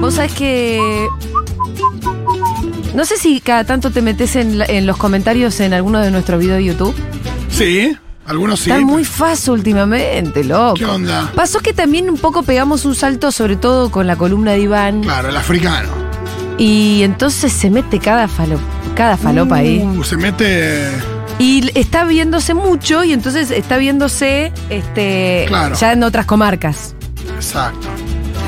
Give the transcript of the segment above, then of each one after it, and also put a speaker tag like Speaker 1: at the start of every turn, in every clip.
Speaker 1: pasa es que. No sé si cada tanto te metes en, la- en los comentarios en alguno de nuestros videos de YouTube.
Speaker 2: Sí, algunos sí.
Speaker 1: Está muy faso últimamente, loco.
Speaker 2: ¿Qué onda?
Speaker 1: Pasó que también un poco pegamos un salto, sobre todo con la columna de Iván.
Speaker 2: Claro, el africano.
Speaker 1: Y entonces se mete cada, falo- cada falopa ahí.
Speaker 2: Uh, se mete.
Speaker 1: Y l- está viéndose mucho y entonces está viéndose este,
Speaker 2: Claro.
Speaker 1: ya en otras comarcas.
Speaker 2: Exacto.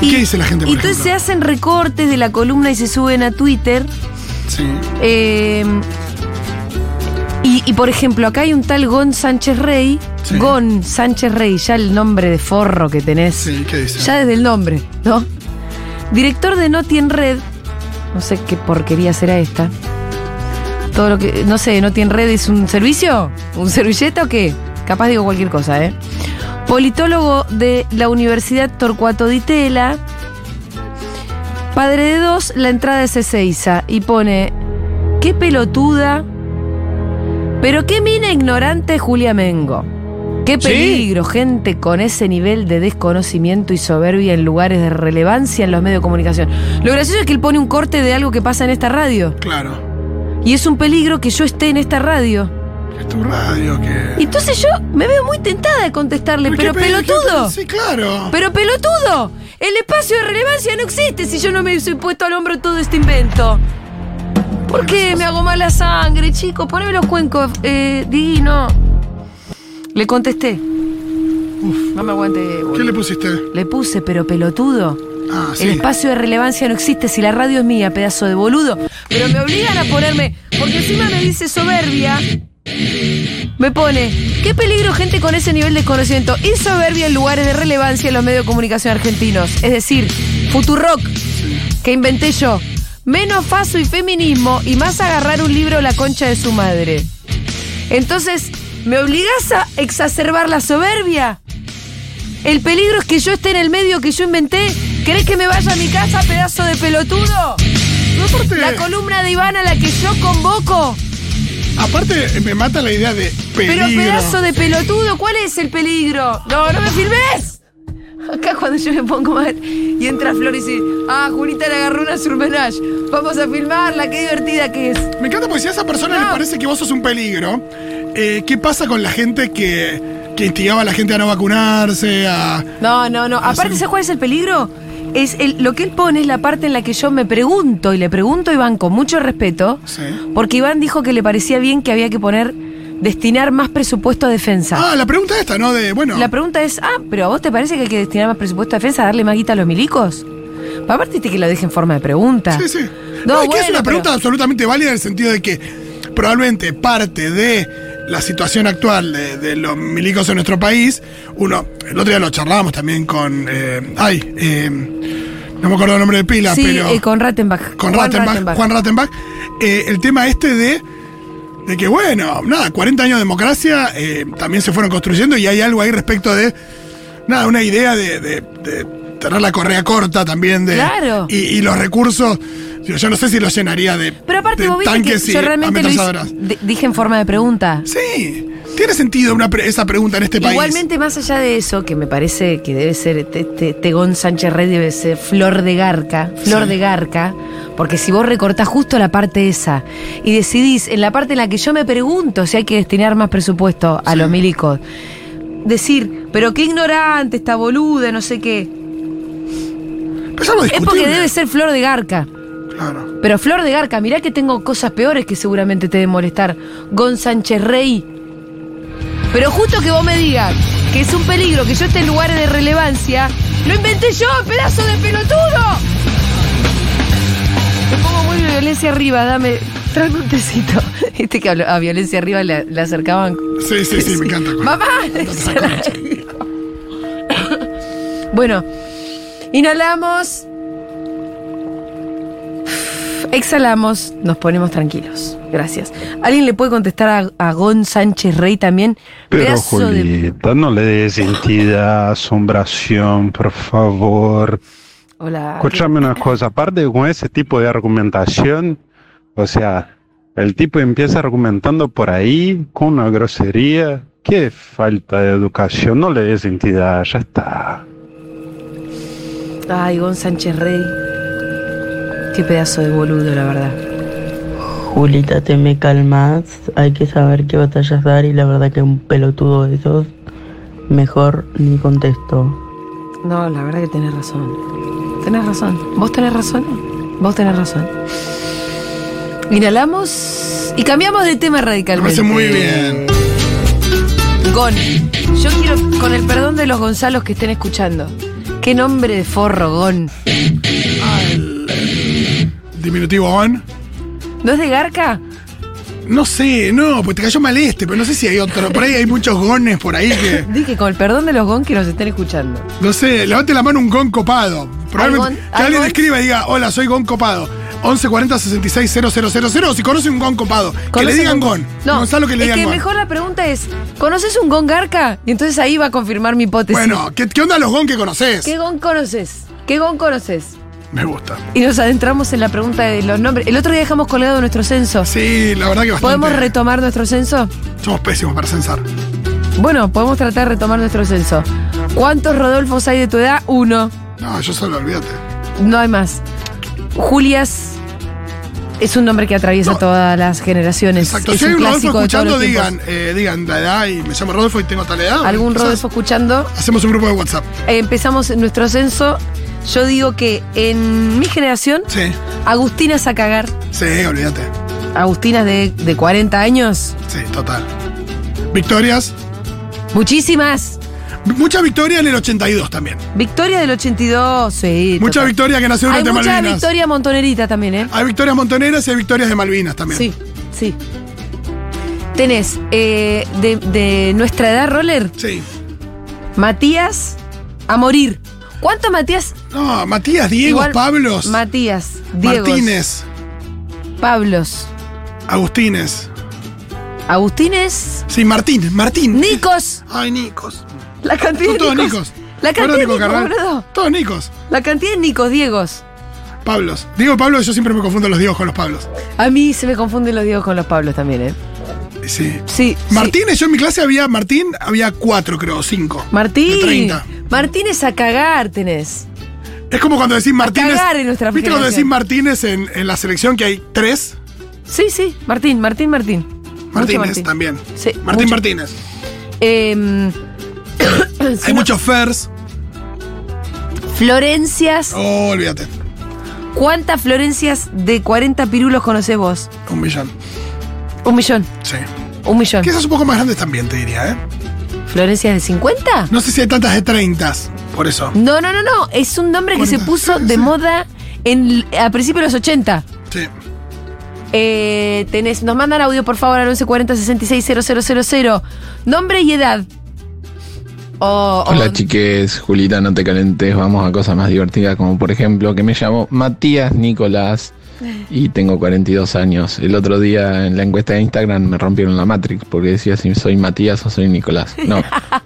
Speaker 1: Y-
Speaker 2: ¿Qué dice la gente
Speaker 1: Y
Speaker 2: por
Speaker 1: entonces se
Speaker 2: ejemplo?
Speaker 1: hacen recortes de la columna y se suben a Twitter.
Speaker 2: Sí.
Speaker 1: Eh, y, y, por ejemplo, acá hay un tal Gon Sánchez Rey.
Speaker 2: Sí.
Speaker 1: Gon Sánchez Rey, ya el nombre de forro que tenés.
Speaker 2: Sí, ¿qué dice?
Speaker 1: Ya desde el nombre, ¿no? Director de Noti en Red. No sé qué porquería será esta. Todo lo que. No sé, Noti en Red es un servicio? ¿Un servilleta o qué? Capaz digo cualquier cosa, ¿eh? Politólogo de la Universidad Torcuato Di Tella. Padre de dos, la entrada es Ezeiza. Y pone. Qué pelotuda. Pero qué mina ignorante Julia Mengo. Qué
Speaker 2: ¿Sí?
Speaker 1: peligro, gente con ese nivel de desconocimiento y soberbia en lugares de relevancia en los medios de comunicación. Lo gracioso es que él pone un corte de algo que pasa en esta radio.
Speaker 2: Claro.
Speaker 1: Y es un peligro que yo esté en esta radio.
Speaker 2: Es tu radio que.
Speaker 1: Y Entonces yo me veo muy tentada de contestarle,
Speaker 2: ¿Qué
Speaker 1: pero
Speaker 2: pe-
Speaker 1: pelotudo.
Speaker 2: qué- Sí, claro.
Speaker 1: Pero pelotudo, el espacio de relevancia no existe si yo no me he puesto al hombro todo este invento. ¿Por qué me hago mala sangre, chicos? Poneme los cuencos, eh, Dino. Le contesté. Uf, no me aguante. boludo.
Speaker 2: ¿Qué le pusiste?
Speaker 1: Le puse, pero pelotudo.
Speaker 2: Ah, sí.
Speaker 1: El espacio de relevancia no existe si la radio es mía, pedazo de boludo. Pero me obligan a ponerme, porque encima me dice soberbia. Me pone, qué peligro gente con ese nivel de conocimiento y soberbia en lugares de relevancia en los medios de comunicación argentinos. Es decir, Futurock, que inventé yo. Menos faso y feminismo y más agarrar un libro la concha de su madre. Entonces, ¿me obligas a exacerbar la soberbia? El peligro es que yo esté en el medio que yo inventé. ¿Querés que me vaya a mi casa, pedazo de pelotudo?
Speaker 2: Pero aparte,
Speaker 1: La columna de Iván a la que yo convoco.
Speaker 2: aparte, eh, me mata la idea de peligro.
Speaker 1: Pero pedazo de pelotudo, ¿cuál es el peligro? No, no me filmes. Acá cuando yo me pongo mal y entra Flor y dice, ah, Julita le agarró una surmenage. Vamos a filmarla, qué divertida que es.
Speaker 2: Me encanta porque si a esa persona
Speaker 1: No.
Speaker 2: le parece que vos sos un peligro, eh, ¿qué pasa con la gente que, que instigaba a la gente a no vacunarse? A,
Speaker 1: No, no, no. Aparte, ¿sabes cuál es el peligro? Es el- lo que él pone es la parte en la que yo me pregunto, y le pregunto a Iván con mucho respeto,
Speaker 2: Sí.
Speaker 1: porque Iván dijo que le parecía bien que había que poner, destinar más presupuesto a defensa.
Speaker 2: Ah, la pregunta esta, ¿no? De, bueno,
Speaker 1: La pregunta es, ah, pero ¿a vos te parece que hay que destinar más presupuesto a defensa, darle más guita a los milicos? Pa- Aparte, viste que lo deje en forma de pregunta.
Speaker 2: Sí, sí.
Speaker 1: No,
Speaker 2: No, es que es
Speaker 1: bueno,
Speaker 2: una pregunta
Speaker 1: pero-
Speaker 2: absolutamente válida en el sentido de que probablemente parte de la situación actual de, de los milicos en nuestro país, uno, el otro día lo charlábamos también con, eh, ay, eh, no me acuerdo el nombre de pila,
Speaker 1: Sí,
Speaker 2: pero
Speaker 1: eh, con Rattenbach.
Speaker 2: con
Speaker 1: Juan
Speaker 2: Rattenbach, Juan Rattenbach, eh, el tema este de, de que, bueno, nada, 40 años de democracia eh, también se fueron construyendo y hay algo ahí respecto de, nada, una idea de, de- de tener la correa corta también de...
Speaker 1: Claro.
Speaker 2: Y, y los recursos, yo, yo no sé si los llenaría de,
Speaker 1: Pero aparte,
Speaker 2: de
Speaker 1: vos viste que
Speaker 2: tanques y
Speaker 1: yo realmente lo hice-
Speaker 2: ametralladoras.
Speaker 1: de- dije en forma de pregunta.
Speaker 2: Sí, tiene sentido una pre- esa pregunta en este país.
Speaker 1: Igualmente, más allá de eso, que me parece que debe ser, este, este- este Gon Sánchez Rey debe ser flor de garca, flor
Speaker 2: Sí.
Speaker 1: de garca, porque si vos recortás justo la parte esa y decidís, en la parte en la que yo me pregunto si hay que destinar más presupuesto a los milicos, decir, pero qué ignorante, esta boluda, no sé qué,
Speaker 2: Pero ya lo
Speaker 1: es porque
Speaker 2: discutimos.
Speaker 1: debe ser flor de garca.
Speaker 2: Claro.
Speaker 1: Pero Flor de Garca, mirá que tengo cosas peores que seguramente te deben molestar. Gon Sánchez Rey. Pero justo que vos me digas que es un peligro que yo esté en lugares de relevancia, lo inventé yo, pedazo de pelotudo. Me pongo muy violencia arriba, dame, tráeme un tecito. Este que habló- a violencia arriba le, le acercaban.
Speaker 2: Sí, sí, sí, me encanta.
Speaker 1: ¡Mamá! bueno, inhalamos. Exhalamos, nos ponemos tranquilos. Gracias. ¿Alguien le puede contestar a, a Gon Sánchez Rey también?
Speaker 3: Pero
Speaker 1: Pedazo de-
Speaker 3: Julita, no le des entidad, asombración, por favor.
Speaker 1: Hola.
Speaker 3: Escúchame una cosa, aparte con ese tipo de argumentación, o sea, el tipo empieza argumentando por ahí con una grosería. Qué falta de educación, no le des entidad, ya está.
Speaker 1: Ay, Gon Sánchez Rey. Qué pedazo de boludo, la verdad.
Speaker 4: Julita, te me calmas. Hay que saber qué batallas dar y la verdad que un pelotudo de esos, mejor ni contesto.
Speaker 1: No, la verdad que tenés razón. Tenés razón. ¿Vos tenés razón? Vos tenés razón. Inhalamos y cambiamos de tema
Speaker 2: Me parece
Speaker 1: radicalmente.
Speaker 2: muy bien.
Speaker 1: Gon. Yo quiero, con el perdón de los Gonzalos que estén escuchando. Qué nombre de forro, Gon.
Speaker 2: Diminutivo on.
Speaker 1: ¿No es de Garca?
Speaker 2: No sé, no, pues te cayó mal este, pero no sé si hay otro. Por ahí hay muchos gones por ahí que.
Speaker 1: Dije, con el perdón de los Gon que nos estén escuchando.
Speaker 2: No sé, levante la mano un gon copado.
Speaker 1: Hay
Speaker 2: Probablemente
Speaker 1: gon-
Speaker 2: que
Speaker 1: hay
Speaker 2: alguien
Speaker 1: gon-
Speaker 2: escriba y diga, hola, soy gon copado. 1140 66 000 o si conoce un gon copado. Que le
Speaker 1: ¿Conocen
Speaker 2: digan
Speaker 1: un-
Speaker 2: gon.
Speaker 1: No,
Speaker 2: Gonzalo que le
Speaker 1: es
Speaker 2: digan
Speaker 1: que
Speaker 2: gon.
Speaker 1: mejor la pregunta es, ¿conoces un Gon Garca? Y entonces ahí va a confirmar mi hipótesis.
Speaker 2: Bueno, ¿qué, qué onda los gon que conoces?
Speaker 1: ¿Qué Gon conoces? ¿Qué Gon conoces?
Speaker 2: Me gusta.
Speaker 1: Y nos adentramos en la pregunta de los nombres. El otro día dejamos colgado nuestro censo.
Speaker 2: Sí, la verdad que bastante.
Speaker 1: ¿Podemos retomar nuestro censo?
Speaker 2: Somos pésimos para censar.
Speaker 1: Bueno, podemos tratar de retomar nuestro censo. ¿Cuántos Rodolfos hay de tu edad? Uno.
Speaker 2: No, yo solo olvídate.
Speaker 1: No hay más. Julias es un nombre que atraviesa
Speaker 2: No.
Speaker 1: todas las generaciones.
Speaker 2: Exacto.
Speaker 1: Es
Speaker 2: Si hay
Speaker 1: un
Speaker 2: un Rodolfo
Speaker 1: clásico de todos
Speaker 2: escuchando,
Speaker 1: los tiempos.
Speaker 2: digan, eh, digan la edad y me llamo Rodolfo y tengo tal edad.
Speaker 1: Algún
Speaker 2: Quizás
Speaker 1: Rodolfo escuchando.
Speaker 2: Hacemos un grupo de WhatsApp.
Speaker 1: Eh, empezamos nuestro censo. Yo digo que en mi generación,
Speaker 2: Sí,
Speaker 1: Agustinas a cagar.
Speaker 2: sí, olvídate.
Speaker 1: Agustinas de, de 40 años.
Speaker 2: Sí, total. Victorias.
Speaker 1: Muchísimas.
Speaker 2: Mucha victoria en el 82 también.
Speaker 1: Victoria del 82. Sí,
Speaker 2: Mucha
Speaker 1: total.
Speaker 2: victoria que nació
Speaker 1: Hay
Speaker 2: durante
Speaker 1: mucha
Speaker 2: Malvinas. Ah,
Speaker 1: victoria montonerita también, ¿eh?
Speaker 2: Hay victorias montoneras y hay victorias de Malvinas también.
Speaker 1: Sí, sí. Tenés eh, de, de nuestra edad, Roller,
Speaker 2: Sí.
Speaker 1: Matías a morir. ¿Cuánto Matías?
Speaker 2: No, Matías, Diego,
Speaker 1: Igual-
Speaker 2: Pablos,
Speaker 1: Matías, Diego,
Speaker 2: Martínez,
Speaker 1: Pablos,
Speaker 2: Agustines.
Speaker 1: Agustines,
Speaker 2: Sí, Martín, Martín.
Speaker 1: Nicos.
Speaker 2: Ay, Nicos.
Speaker 1: La cantidad
Speaker 2: Son
Speaker 1: de
Speaker 2: todos
Speaker 1: Nicos.
Speaker 2: Nicos.
Speaker 1: La
Speaker 2: ¿Fueron
Speaker 1: cantidad de
Speaker 2: Nico
Speaker 1: Nicos,
Speaker 2: Carral?
Speaker 1: boludo.
Speaker 2: Todos Nicos.
Speaker 1: La cantidad de Nicos, Diegos.
Speaker 2: Pablos. Diego Pablo, yo siempre me confundo los Diegos con los Pablos.
Speaker 1: A mí se me confunden los Diegos con los Pablos también, ¿eh?
Speaker 2: Sí.
Speaker 1: Sí. sí.
Speaker 2: Martínez, yo en mi clase había Martín, había cuatro, creo, cinco. De
Speaker 1: Martín.
Speaker 2: 30.
Speaker 1: Martínez a cagar tenés.
Speaker 2: Es como cuando decís Martínez.
Speaker 1: cagar en nuestra
Speaker 2: ¿Viste cuando decís
Speaker 1: generación.
Speaker 2: Martínez en, en la selección que hay tres?
Speaker 1: Sí, sí, Martín, Martín, Martín. Mucho
Speaker 2: Martínez
Speaker 1: Martín.
Speaker 2: también.
Speaker 1: Sí,
Speaker 2: Martín
Speaker 1: mucho.
Speaker 2: Martínez.
Speaker 1: Em, si
Speaker 2: Hay
Speaker 1: no-
Speaker 2: muchos Fers.
Speaker 1: Florencias.
Speaker 2: Oh, olvídate.
Speaker 1: ¿Cuántas Florencias de 40 pirulos conoces vos?
Speaker 2: Un millón.
Speaker 1: Un millón.
Speaker 2: Sí.
Speaker 1: Un millón.
Speaker 2: Quizás un poco más grandes también, te diría, ¿eh?
Speaker 1: ¿Florencias de 50?
Speaker 2: No sé si hay tantas de 30, por eso.
Speaker 1: No, no, no, no. Es un nombre que se
Speaker 2: 40,
Speaker 1: puso
Speaker 2: sí,
Speaker 1: de
Speaker 2: sí.
Speaker 1: moda en, a principios de los 80.
Speaker 2: Sí.
Speaker 1: Eh, tenés, nos mandan audio, por favor, al 1140 66 000. Nombre y edad. O, o-
Speaker 5: Hola chiques, Julita, no te calentes, vamos a cosas más divertidas como por ejemplo que me llamo Matías Nicolás y tengo 42 años. El otro día en la encuesta de Instagram me rompieron la Matrix porque decía si soy Matías o soy Nicolás. No,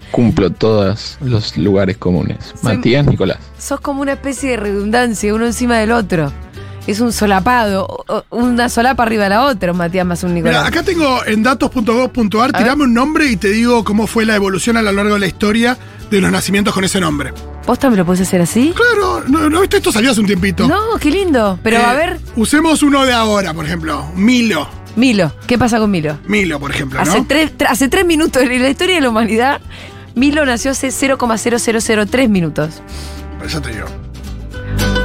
Speaker 5: cumplo todos los lugares comunes.
Speaker 1: Soy-
Speaker 5: Matías Nicolás.
Speaker 1: sos como una especie de redundancia, uno encima del otro. Es un solapado, o- o una solapa arriba de la otra, un Matías más un Nicolás.
Speaker 2: Mira, acá tengo en datos.gov.ar,
Speaker 1: A
Speaker 2: tirame un nombre y te digo cómo fue la evolución a lo largo de la historia de los nacimientos con ese nombre.
Speaker 1: ¿Vos también lo podés hacer así?
Speaker 2: Claro, no, no viste, esto salió hace un tiempito.
Speaker 1: No, qué lindo. Pero
Speaker 2: Eh,
Speaker 1: a ver,
Speaker 2: Usemos uno de ahora, por ejemplo. Milo.
Speaker 1: Milo, ¿qué pasa con Milo?
Speaker 2: Milo, por ejemplo,
Speaker 1: Hace,
Speaker 2: ¿no?
Speaker 1: tres, tre- hace tres minutos en la historia de la humanidad, Milo nació hace 0,0003 minutos.
Speaker 2: Ya te digo.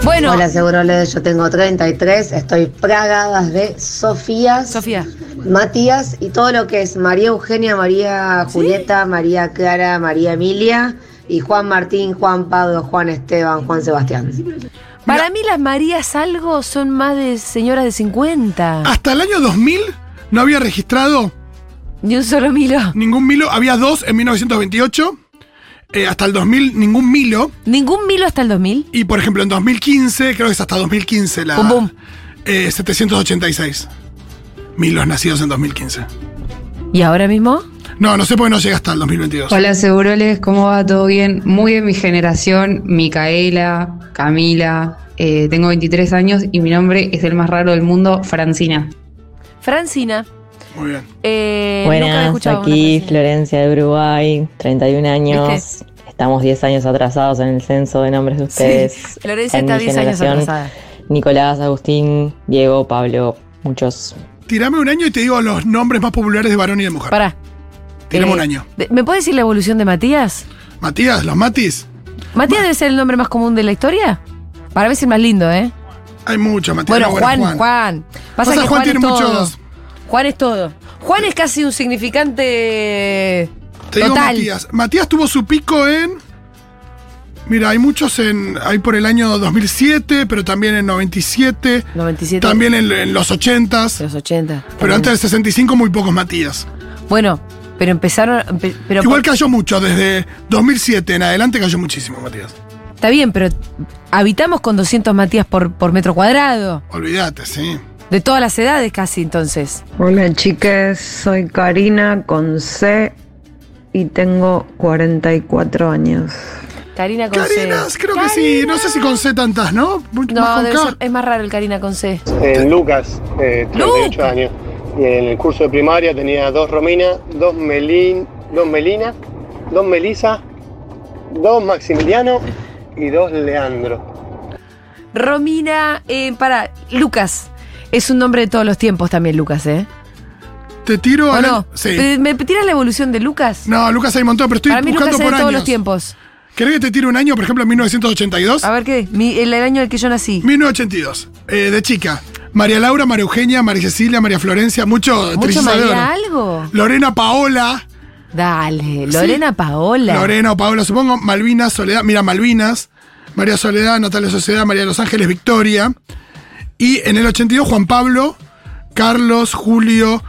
Speaker 1: Bueno,
Speaker 6: Hola, Seguroles, yo tengo 33, estoy plagadas de Sofías,
Speaker 1: Sofía,
Speaker 6: Matías y todo lo que es María Eugenia, María Julieta, María Clara, María Emilia y Juan Martín, Juan Pablo, Juan Esteban, Juan Sebastián.
Speaker 1: para mí las Marías algo son más de señoras de 50.
Speaker 2: Hasta el año 2000 no había registrado
Speaker 1: Ni un solo Milo.
Speaker 2: ningún Milo. Había dos en 1928. Eh, hasta el 2000 ningún Milo.
Speaker 1: Ningún Milo hasta el 2000.
Speaker 2: Y por ejemplo en 2015, creo que es hasta 2015 la...
Speaker 1: Pum, pum.
Speaker 2: eh, 786. Milos nacidos en 2015.
Speaker 1: ¿Y ahora mismo?
Speaker 2: No, no sé por qué no llega hasta el 2022.
Speaker 7: Hola Seguroles, ¿cómo va? ¿Todo bien? Muy de mi generación, Micaela, Camila, eh, tengo 23 años y mi nombre es el más raro del mundo, Francina.
Speaker 1: Francina.
Speaker 2: Muy bien.
Speaker 1: Eh, nunca había
Speaker 8: Buenas,
Speaker 1: escuchado una
Speaker 8: aquí
Speaker 1: Francina.
Speaker 8: Florencia de Uruguay, 31 años. Estamos 10 años atrasados en el censo de nombres de
Speaker 1: Sí,
Speaker 8: ustedes.
Speaker 1: Florencia
Speaker 8: En
Speaker 1: está
Speaker 8: mi
Speaker 1: 10 años
Speaker 8: generación,
Speaker 1: atrasada.
Speaker 8: Nicolás, Agustín, Diego, Pablo, muchos.
Speaker 2: Tirame un año y te digo los nombres más populares de varón y de mujer.
Speaker 1: Pará.
Speaker 2: Tirame
Speaker 1: Eh,
Speaker 2: un año.
Speaker 1: de- ¿Me puedes decir la evolución de Matías?
Speaker 2: Matías, los Matis.
Speaker 1: ¿Matías debe ser el nombre más común de la historia? Para mí es el más lindo, ¿eh?
Speaker 2: Hay muchos, Matías.
Speaker 1: Bueno,
Speaker 2: no,
Speaker 1: Juan, Juan. Pasa
Speaker 2: Pasa
Speaker 1: que
Speaker 2: Juan
Speaker 1: Juan,
Speaker 2: tiene
Speaker 1: es todo.
Speaker 2: muchos-
Speaker 1: Juan es todo. Juan es casi un significante
Speaker 2: Te digo
Speaker 1: total.
Speaker 2: Matías. Matías tuvo su pico en. Mira, hay muchos en. Hay por el año 2007, pero también en 97.
Speaker 1: 97.
Speaker 2: También en, en los 80s.
Speaker 1: De los 80.
Speaker 2: Pero
Speaker 1: También.
Speaker 2: antes del 65, muy pocos Matías.
Speaker 1: Bueno, pero empezaron. empe- pero
Speaker 2: Igual cayó mucho. Desde 2007 en adelante cayó muchísimo, Matías.
Speaker 1: Está bien, pero habitamos con 200 Matías por, por metro cuadrado.
Speaker 2: Olvídate, sí.
Speaker 1: De todas las edades casi, entonces.
Speaker 9: Hola chicas, soy Karina con C y tengo 44 años.
Speaker 1: Karina con C.
Speaker 2: Carinas, creo que sí. No sé si con C tantas, ¿no? Mucho más
Speaker 1: No,
Speaker 2: con
Speaker 1: debe
Speaker 2: K.
Speaker 1: ser- es más raro el Karina con C.
Speaker 10: Eh, Lucas, eh, 38
Speaker 1: Lucas.
Speaker 10: años. Y en el curso de primaria tenía dos Romina, dos Melin, dos Melina, dos Melisa, dos Maximiliano y dos Leandro.
Speaker 1: Romina, eh, para. Lucas. Es un nombre de todos los tiempos también, Lucas, ¿eh?
Speaker 2: Te tiro.
Speaker 1: ¿O
Speaker 2: al-
Speaker 1: no?
Speaker 2: Sí.
Speaker 1: ¿Te- ¿Me tiras la evolución de Lucas?
Speaker 2: No, Lucas hay un montón, pero estoy
Speaker 1: Para mí
Speaker 2: buscando
Speaker 1: Lucas es de
Speaker 2: por
Speaker 1: todos los
Speaker 2: años.
Speaker 1: tiempos.
Speaker 2: ¿Querés que te tire un año, por ejemplo, en 1982?
Speaker 1: A ver qué. Mi- el, el año en el que yo nací.
Speaker 2: 1982, eh, de chica. María Laura, María Eugenia, María Cecilia, María Florencia, mucho,
Speaker 1: ¿Mucho
Speaker 2: Tristeza de Oro.
Speaker 1: María algo?
Speaker 2: Lorena Paola,
Speaker 1: Dale, Lorena Paola.
Speaker 2: Lorena o Paola, supongo, Malvinas, Soledad, mira, Malvinas, María Soledad, Natalia Sociedad, María de Los Ángeles, Victoria. Y en el 82, Juan Pablo, Carlos, Julio,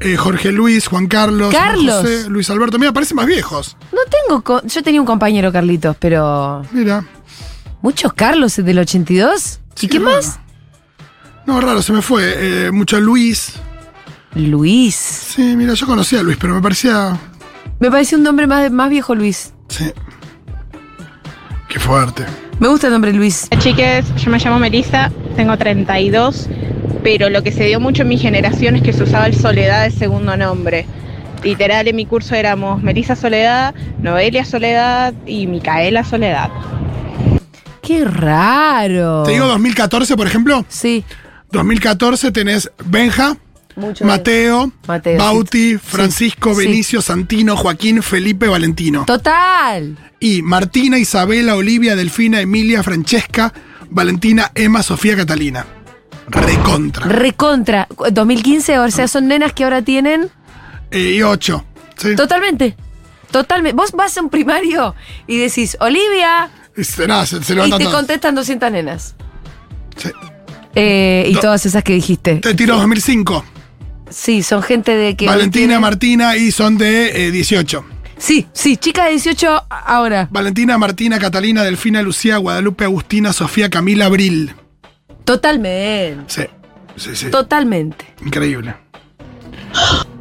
Speaker 2: eh, Jorge Luis, Juan Carlos, Juan
Speaker 1: Carlos.
Speaker 2: José, Luis Alberto. Mira, parecen más viejos.
Speaker 1: No tengo. co- Yo tenía un compañero, Carlitos, pero.
Speaker 2: Mira.
Speaker 1: ¿Muchos Carlos es del 82? ¿Y
Speaker 2: Sí,
Speaker 1: qué
Speaker 2: raro.
Speaker 1: más?
Speaker 2: No, raro, se me fue. Eh, mucho Luis.
Speaker 1: Luis.
Speaker 2: Sí, mira, yo conocía a Luis, pero me parecía.
Speaker 1: Me parece un nombre más, más viejo, Luis.
Speaker 2: Sí. Qué fuerte.
Speaker 1: Me gusta el nombre Luis.
Speaker 11: Chiques, yo me llamo Melissa, tengo 32, pero lo que se dio mucho en mi generación es que se usaba el Soledad de segundo nombre. Literal, en mi curso éramos Melissa Soledad, Noelia Soledad y Micaela Soledad.
Speaker 1: Qué raro.
Speaker 2: Te digo 2014, por ejemplo.
Speaker 1: Sí.
Speaker 2: 2014 tenés Benja, Mateo,
Speaker 1: Mateo,
Speaker 2: Bauti,
Speaker 1: sí.
Speaker 2: Francisco,
Speaker 1: Sí.
Speaker 2: Benicio, Santino, Joaquín, Felipe, Valentino.
Speaker 1: Total.
Speaker 2: Y Martina, Isabela, Olivia, Delfina, Emilia, Francesca, Valentina, Emma, Sofía, Catalina. Recontra.
Speaker 1: Recontra. 2015, o sea, son nenas que ahora tienen.
Speaker 2: Eh, y 8.
Speaker 1: Totalmente. Totalmente. Vos vas a un primario y decís, Olivia.
Speaker 2: Se, nada, se- se
Speaker 1: Y
Speaker 2: levantan
Speaker 1: te
Speaker 2: todas.
Speaker 1: contestan 200 nenas.
Speaker 2: Sí.
Speaker 1: Eh, y
Speaker 2: Do-
Speaker 1: todas esas que dijiste.
Speaker 2: Te tiro 2005.
Speaker 1: Sí, son gente de que.
Speaker 2: Valentina,
Speaker 1: tiene-
Speaker 2: Martina y son de eh, 18.
Speaker 1: Sí, sí, chica de 18 ahora.
Speaker 2: Valentina, Martina, Catalina, Delfina, Lucía, Guadalupe, Agustina, Sofía, Camila, Abril.
Speaker 1: Totalmente.
Speaker 2: Sí, sí, sí.
Speaker 1: Totalmente.
Speaker 2: Increíble.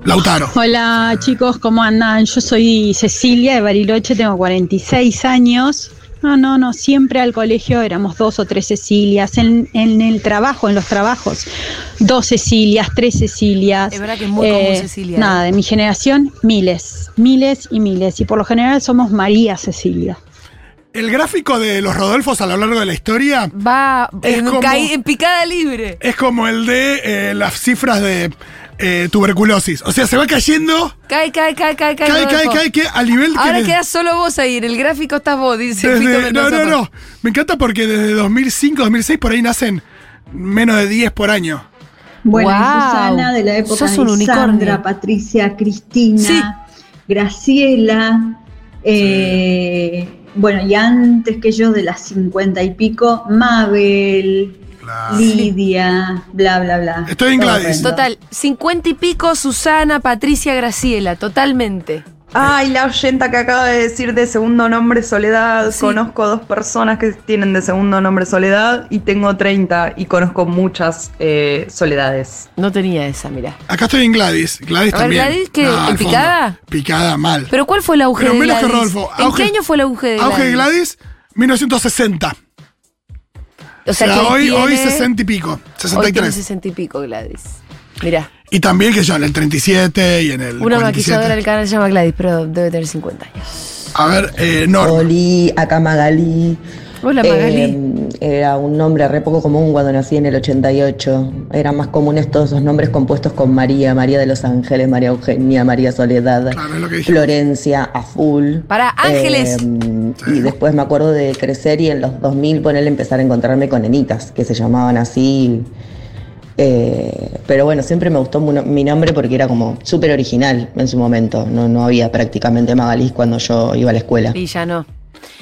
Speaker 2: Lautaro.
Speaker 11: Hola chicos, ¿cómo andan? Yo soy Cecilia de Bariloche, tengo 46 años. No, no, no, siempre al colegio éramos dos o tres Cecilias, en, en el trabajo, en los trabajos, dos Cecilias, tres Cecilias. Eh,
Speaker 1: Es verdad que es muy común Cecilia, ¿eh?
Speaker 11: Nada, de mi generación, miles, miles y miles. Y por lo general somos María Cecilia.
Speaker 2: El gráfico de los Rodolfos a lo largo de la historia
Speaker 1: Va
Speaker 2: Es
Speaker 1: en,
Speaker 2: como-
Speaker 1: caí- en picada libre.
Speaker 2: es como el de eh, las cifras de eh, tuberculosis. O sea, se va cayendo,
Speaker 1: Cae, cae, cae, cae, cae.
Speaker 2: cae, cae,
Speaker 1: Rodolfo.
Speaker 2: cae, que al nivel que...
Speaker 1: Ahora
Speaker 2: des-
Speaker 1: quedás solo vos ahí. En el gráfico estás vos, dice.
Speaker 2: desde-
Speaker 1: Fito
Speaker 2: no,
Speaker 1: Mendoza
Speaker 2: no,
Speaker 1: Paz.
Speaker 2: no. Me encanta porque desde 2005, 2006 por ahí nacen menos de 10 por año.
Speaker 11: Bueno, y
Speaker 1: Guau.
Speaker 11: Susana de la época
Speaker 1: Sos un
Speaker 11: de
Speaker 1: unicornio.
Speaker 11: Sandra, Patricia, Cristina,
Speaker 1: Sí.
Speaker 11: Graciela, eh, bueno, y antes que yo de las cincuenta y pico, Mabel, Lidia, bla, bla, bla.
Speaker 2: Estoy en
Speaker 11: Todo
Speaker 2: Gladys.
Speaker 11: bueno.
Speaker 1: Total, 50 y pico, Susana, Patricia, Graciela, totalmente.
Speaker 9: Ay, la oyenta que acaba de decir de segundo nombre Soledad.
Speaker 1: Sí.
Speaker 9: Conozco dos personas que tienen de segundo nombre Soledad y tengo 30 y conozco muchas eh, Soledades.
Speaker 1: No tenía esa, mirá.
Speaker 2: Acá estoy en Gladys. Gladys
Speaker 1: A ver,
Speaker 2: también.
Speaker 1: Gladys, ¿qué?
Speaker 2: al
Speaker 1: ¿En
Speaker 2: fondo.
Speaker 1: picada?
Speaker 2: Picada, mal.
Speaker 1: Pero ¿cuál fue el auge
Speaker 2: Pero
Speaker 1: de
Speaker 2: menos
Speaker 1: Gladys?
Speaker 2: que Rodolfo.
Speaker 1: ¿En
Speaker 2: Auge-
Speaker 1: qué año fue el auge de Gladys?
Speaker 2: Auge de Gladys, 1960.
Speaker 1: O sea, que
Speaker 2: hoy,
Speaker 1: tiene-
Speaker 2: hoy 60 y pico,
Speaker 1: Hoy tiene
Speaker 2: 63.
Speaker 1: 60 y pico Gladys. Mirá,
Speaker 2: Y también que yo en el 37 y en el
Speaker 1: una
Speaker 2: 47.
Speaker 1: maquilladora del canal se llama Gladys, pero debe tener 50 años.
Speaker 2: A ver, eh, Norma.
Speaker 4: Oli, acá Magali.
Speaker 1: Hola,
Speaker 12: Eh,
Speaker 1: Magali.
Speaker 12: era un nombre re poco común cuando nací en el 88. Eran más comunes todos esos nombres compuestos con María, María de los Ángeles, María Eugenia, María Soledad, Florencia, Azul.
Speaker 1: Para Ángeles.
Speaker 12: y después me acuerdo de crecer y en los 2000 ponerle empezar a encontrarme con nenitas que se llamaban así. Eh, pero bueno, siempre me gustó mu- mi nombre porque era como súper original en su momento. No, no había prácticamente Magalís cuando yo iba a la escuela.
Speaker 1: Y ya no.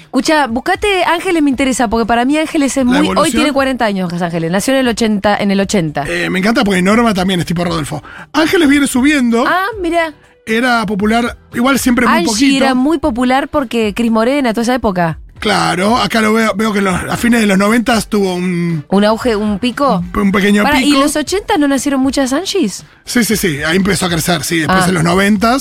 Speaker 1: Escucha, buscate Ángeles me interesa, porque para mí Ángeles es
Speaker 2: La
Speaker 1: muy. Hoy
Speaker 2: evolución.
Speaker 1: tiene 40 años, Ángeles. Nació en el 80. En el 80.
Speaker 2: Eh, me encanta porque Norma también es tipo Rodolfo. Ángeles viene subiendo.
Speaker 1: Ah, mira.
Speaker 2: Era popular, igual siempre muy
Speaker 1: Angie
Speaker 2: poquito.
Speaker 1: era muy popular porque Cris Morena, toda esa época.
Speaker 2: Claro, acá lo veo, veo que los- a fines de los 90 tuvo un,
Speaker 1: Un auge, un pico.
Speaker 2: un pequeño
Speaker 1: Pará, ¿Y
Speaker 2: pico.
Speaker 1: los 80 no nacieron muchas Angies?
Speaker 2: Sí, sí, sí, ahí empezó a crecer, sí, después
Speaker 1: Ah.
Speaker 2: en los 90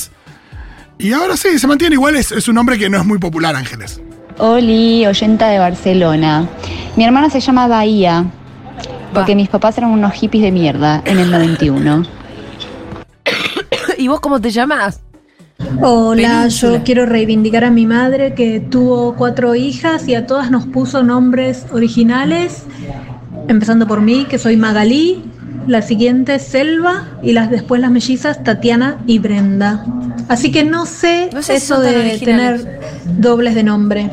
Speaker 2: Y ahora sí, se mantiene igual, es, es un nombre que no es muy popular, Ángeles.
Speaker 13: Oli, oyenta de Barcelona. Mi hermana se llama Bahía, porque mis papás eran unos hippies de mierda en el 91.
Speaker 1: ¿Y vos cómo te llamás?
Speaker 14: Hola,
Speaker 1: Península.
Speaker 14: yo quiero reivindicar a mi madre que tuvo cuatro hijas y a todas nos puso nombres originales, empezando por mí, que soy Magalí, la siguiente Selva y las después las mellizas Tatiana y Brenda. Así que no sé,
Speaker 1: sé si
Speaker 14: eso
Speaker 1: son tan
Speaker 14: de
Speaker 1: originales.
Speaker 14: tener dobles de nombre.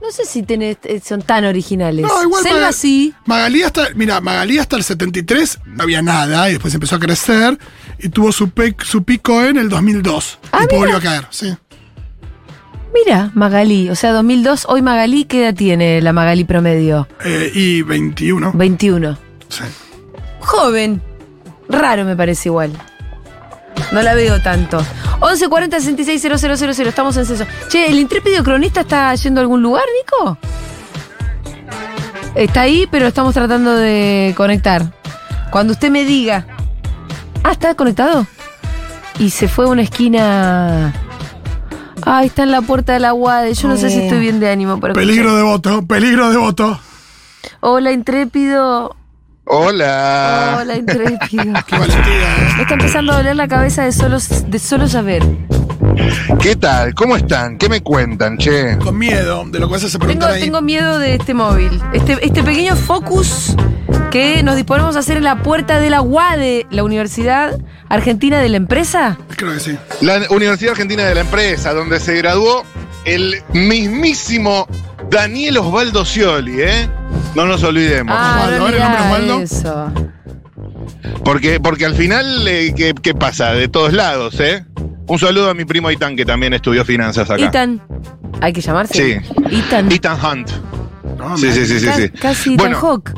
Speaker 1: No sé si tenés- eh, son tan originales.
Speaker 2: No, igual
Speaker 1: Selva
Speaker 2: Maga-
Speaker 1: sí.
Speaker 2: Magalí hasta, mira, Magalí hasta el 73 no había nada y después empezó a crecer y tuvo su, pe- su pico en el 2002.
Speaker 1: Ah,
Speaker 2: y después volvió a caer, sí.
Speaker 1: Mira, Magalí. O sea, 2002, hoy Magalí, ¿qué edad tiene la Magalí promedio?
Speaker 2: Eh, y 21.
Speaker 1: 21.
Speaker 2: Sí.
Speaker 1: Joven. Raro me parece igual. No la veo tanto. 1140 660000 estamos en censo. Che, ¿el intrépido cronista está yendo a algún lugar, Nico? Está ahí, pero estamos tratando de conectar. Cuando usted me diga. Ah, ¿está conectado? Y se fue a una esquina. Ah, está en la puerta de la UADE. Yo no sé si
Speaker 2: Eh.
Speaker 1: estoy bien de ánimo, pero.
Speaker 2: Peligro de voto, peligro de voto.
Speaker 1: Hola, intrépido.
Speaker 15: Hola.
Speaker 2: Ah.
Speaker 1: Hola, intrépido. Me está empezando a doler la cabeza de solo, de solo saber.
Speaker 15: ¿Qué tal? ¿Cómo están? ¿Qué me cuentan, che?
Speaker 2: ¿eh? Con miedo de lo que se
Speaker 1: Tengo, tengo miedo de este móvil. Este, este pequeño focus que nos disponemos a hacer en la puerta de la UADE, la Universidad Argentina de la Empresa.
Speaker 2: Creo que sí.
Speaker 15: La Universidad Argentina de la Empresa, donde se graduó el mismísimo Daniel Osvaldo Scioli, ¿eh? No nos olvidemos.
Speaker 1: Ah, no mirá eso.
Speaker 15: Porque, porque al final, eh, ¿qué, qué pasa? De todos lados, ¿eh? Un saludo a mi primo Itán, que también estudió finanzas acá.
Speaker 1: Itan. Hay que llamarse.
Speaker 15: Sí.
Speaker 1: Ethan.
Speaker 15: Ethan Hunt. sí, sí, sí, sí,
Speaker 1: Ca-
Speaker 15: sí.
Speaker 1: Casi Ethan
Speaker 15: bueno,
Speaker 1: Hawke.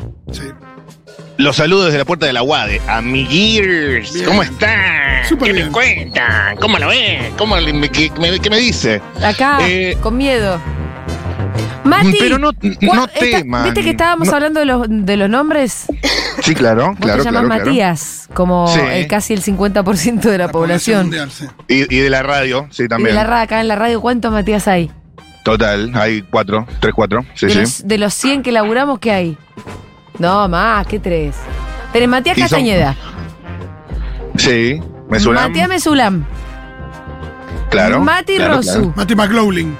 Speaker 15: los saludos desde la puerta de la UADE. Amiguirs, ¿cómo están? ¿Qué me cuentan? ¿Cómo lo ven? ¿Cómo le- me- qué, me, qué me dice?
Speaker 1: Acá, con miedo. Mati,
Speaker 15: eh, pero no-
Speaker 1: ¿cuál-
Speaker 15: no
Speaker 1: esta-
Speaker 15: teman,
Speaker 1: ¿Viste que estábamos
Speaker 15: no-
Speaker 1: hablando de los, de los nombres?
Speaker 15: Sí, claro,
Speaker 1: Vos
Speaker 15: claro,
Speaker 1: te llamas
Speaker 15: claro, claro.
Speaker 1: Matías, como
Speaker 15: Sí.
Speaker 1: el- casi el 50% de la, población.
Speaker 15: Y, y de la radio, sí,
Speaker 1: Y de
Speaker 15: también.
Speaker 1: la ra- acá en la radio, ¿cuántos Matías hay?
Speaker 15: Total, hay cuatro, tres, cuatro. Sí,
Speaker 1: de,
Speaker 15: sí.
Speaker 1: Los, de los 100 que laburamos, ¿qué hay? No, más, ¿qué tres? Tenés Matías
Speaker 15: Y son-
Speaker 1: Castañeda,
Speaker 15: Sí, me suena.
Speaker 1: Matías Mesulam,
Speaker 15: claro.
Speaker 1: Mati
Speaker 15: claro,
Speaker 1: Rosu.
Speaker 15: claro.
Speaker 2: Mati McLaughlin.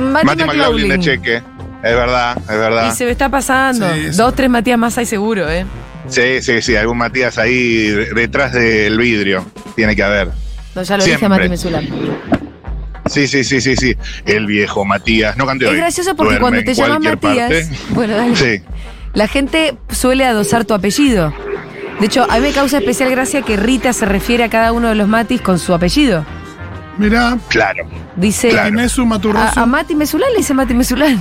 Speaker 1: Mati,
Speaker 15: Mati McLaughlin de
Speaker 1: McLaughlin.
Speaker 15: cheque. Es verdad, es verdad.
Speaker 1: Y se me está pasando. Dos, tres Matías más hay seguro, ¿eh?
Speaker 15: Sí, sí, sí, algún Matías ahí de- detrás del vidrio. Tiene que haber.
Speaker 1: No, ya lo dije
Speaker 15: Siempre.
Speaker 1: Mati Mesulam.
Speaker 15: Sí, sí, sí, sí, sí. El viejo Matías. No cante
Speaker 1: Es
Speaker 15: hoy.
Speaker 1: gracioso porque
Speaker 15: Duerme
Speaker 1: cuando
Speaker 15: en
Speaker 1: te llamas
Speaker 15: cualquier
Speaker 1: Matías,
Speaker 15: parte.
Speaker 1: bueno, dale.
Speaker 15: Sí.
Speaker 1: la gente suele adosar tu apellido. De hecho, a mí me causa especial gracia que Rita se refiere a cada uno de los Matis con su apellido.
Speaker 2: Mirá.
Speaker 15: Claro.
Speaker 1: Dice
Speaker 2: Mesu Maturroso.
Speaker 1: A, a Mati Mesulán le dice Mati Mesulán.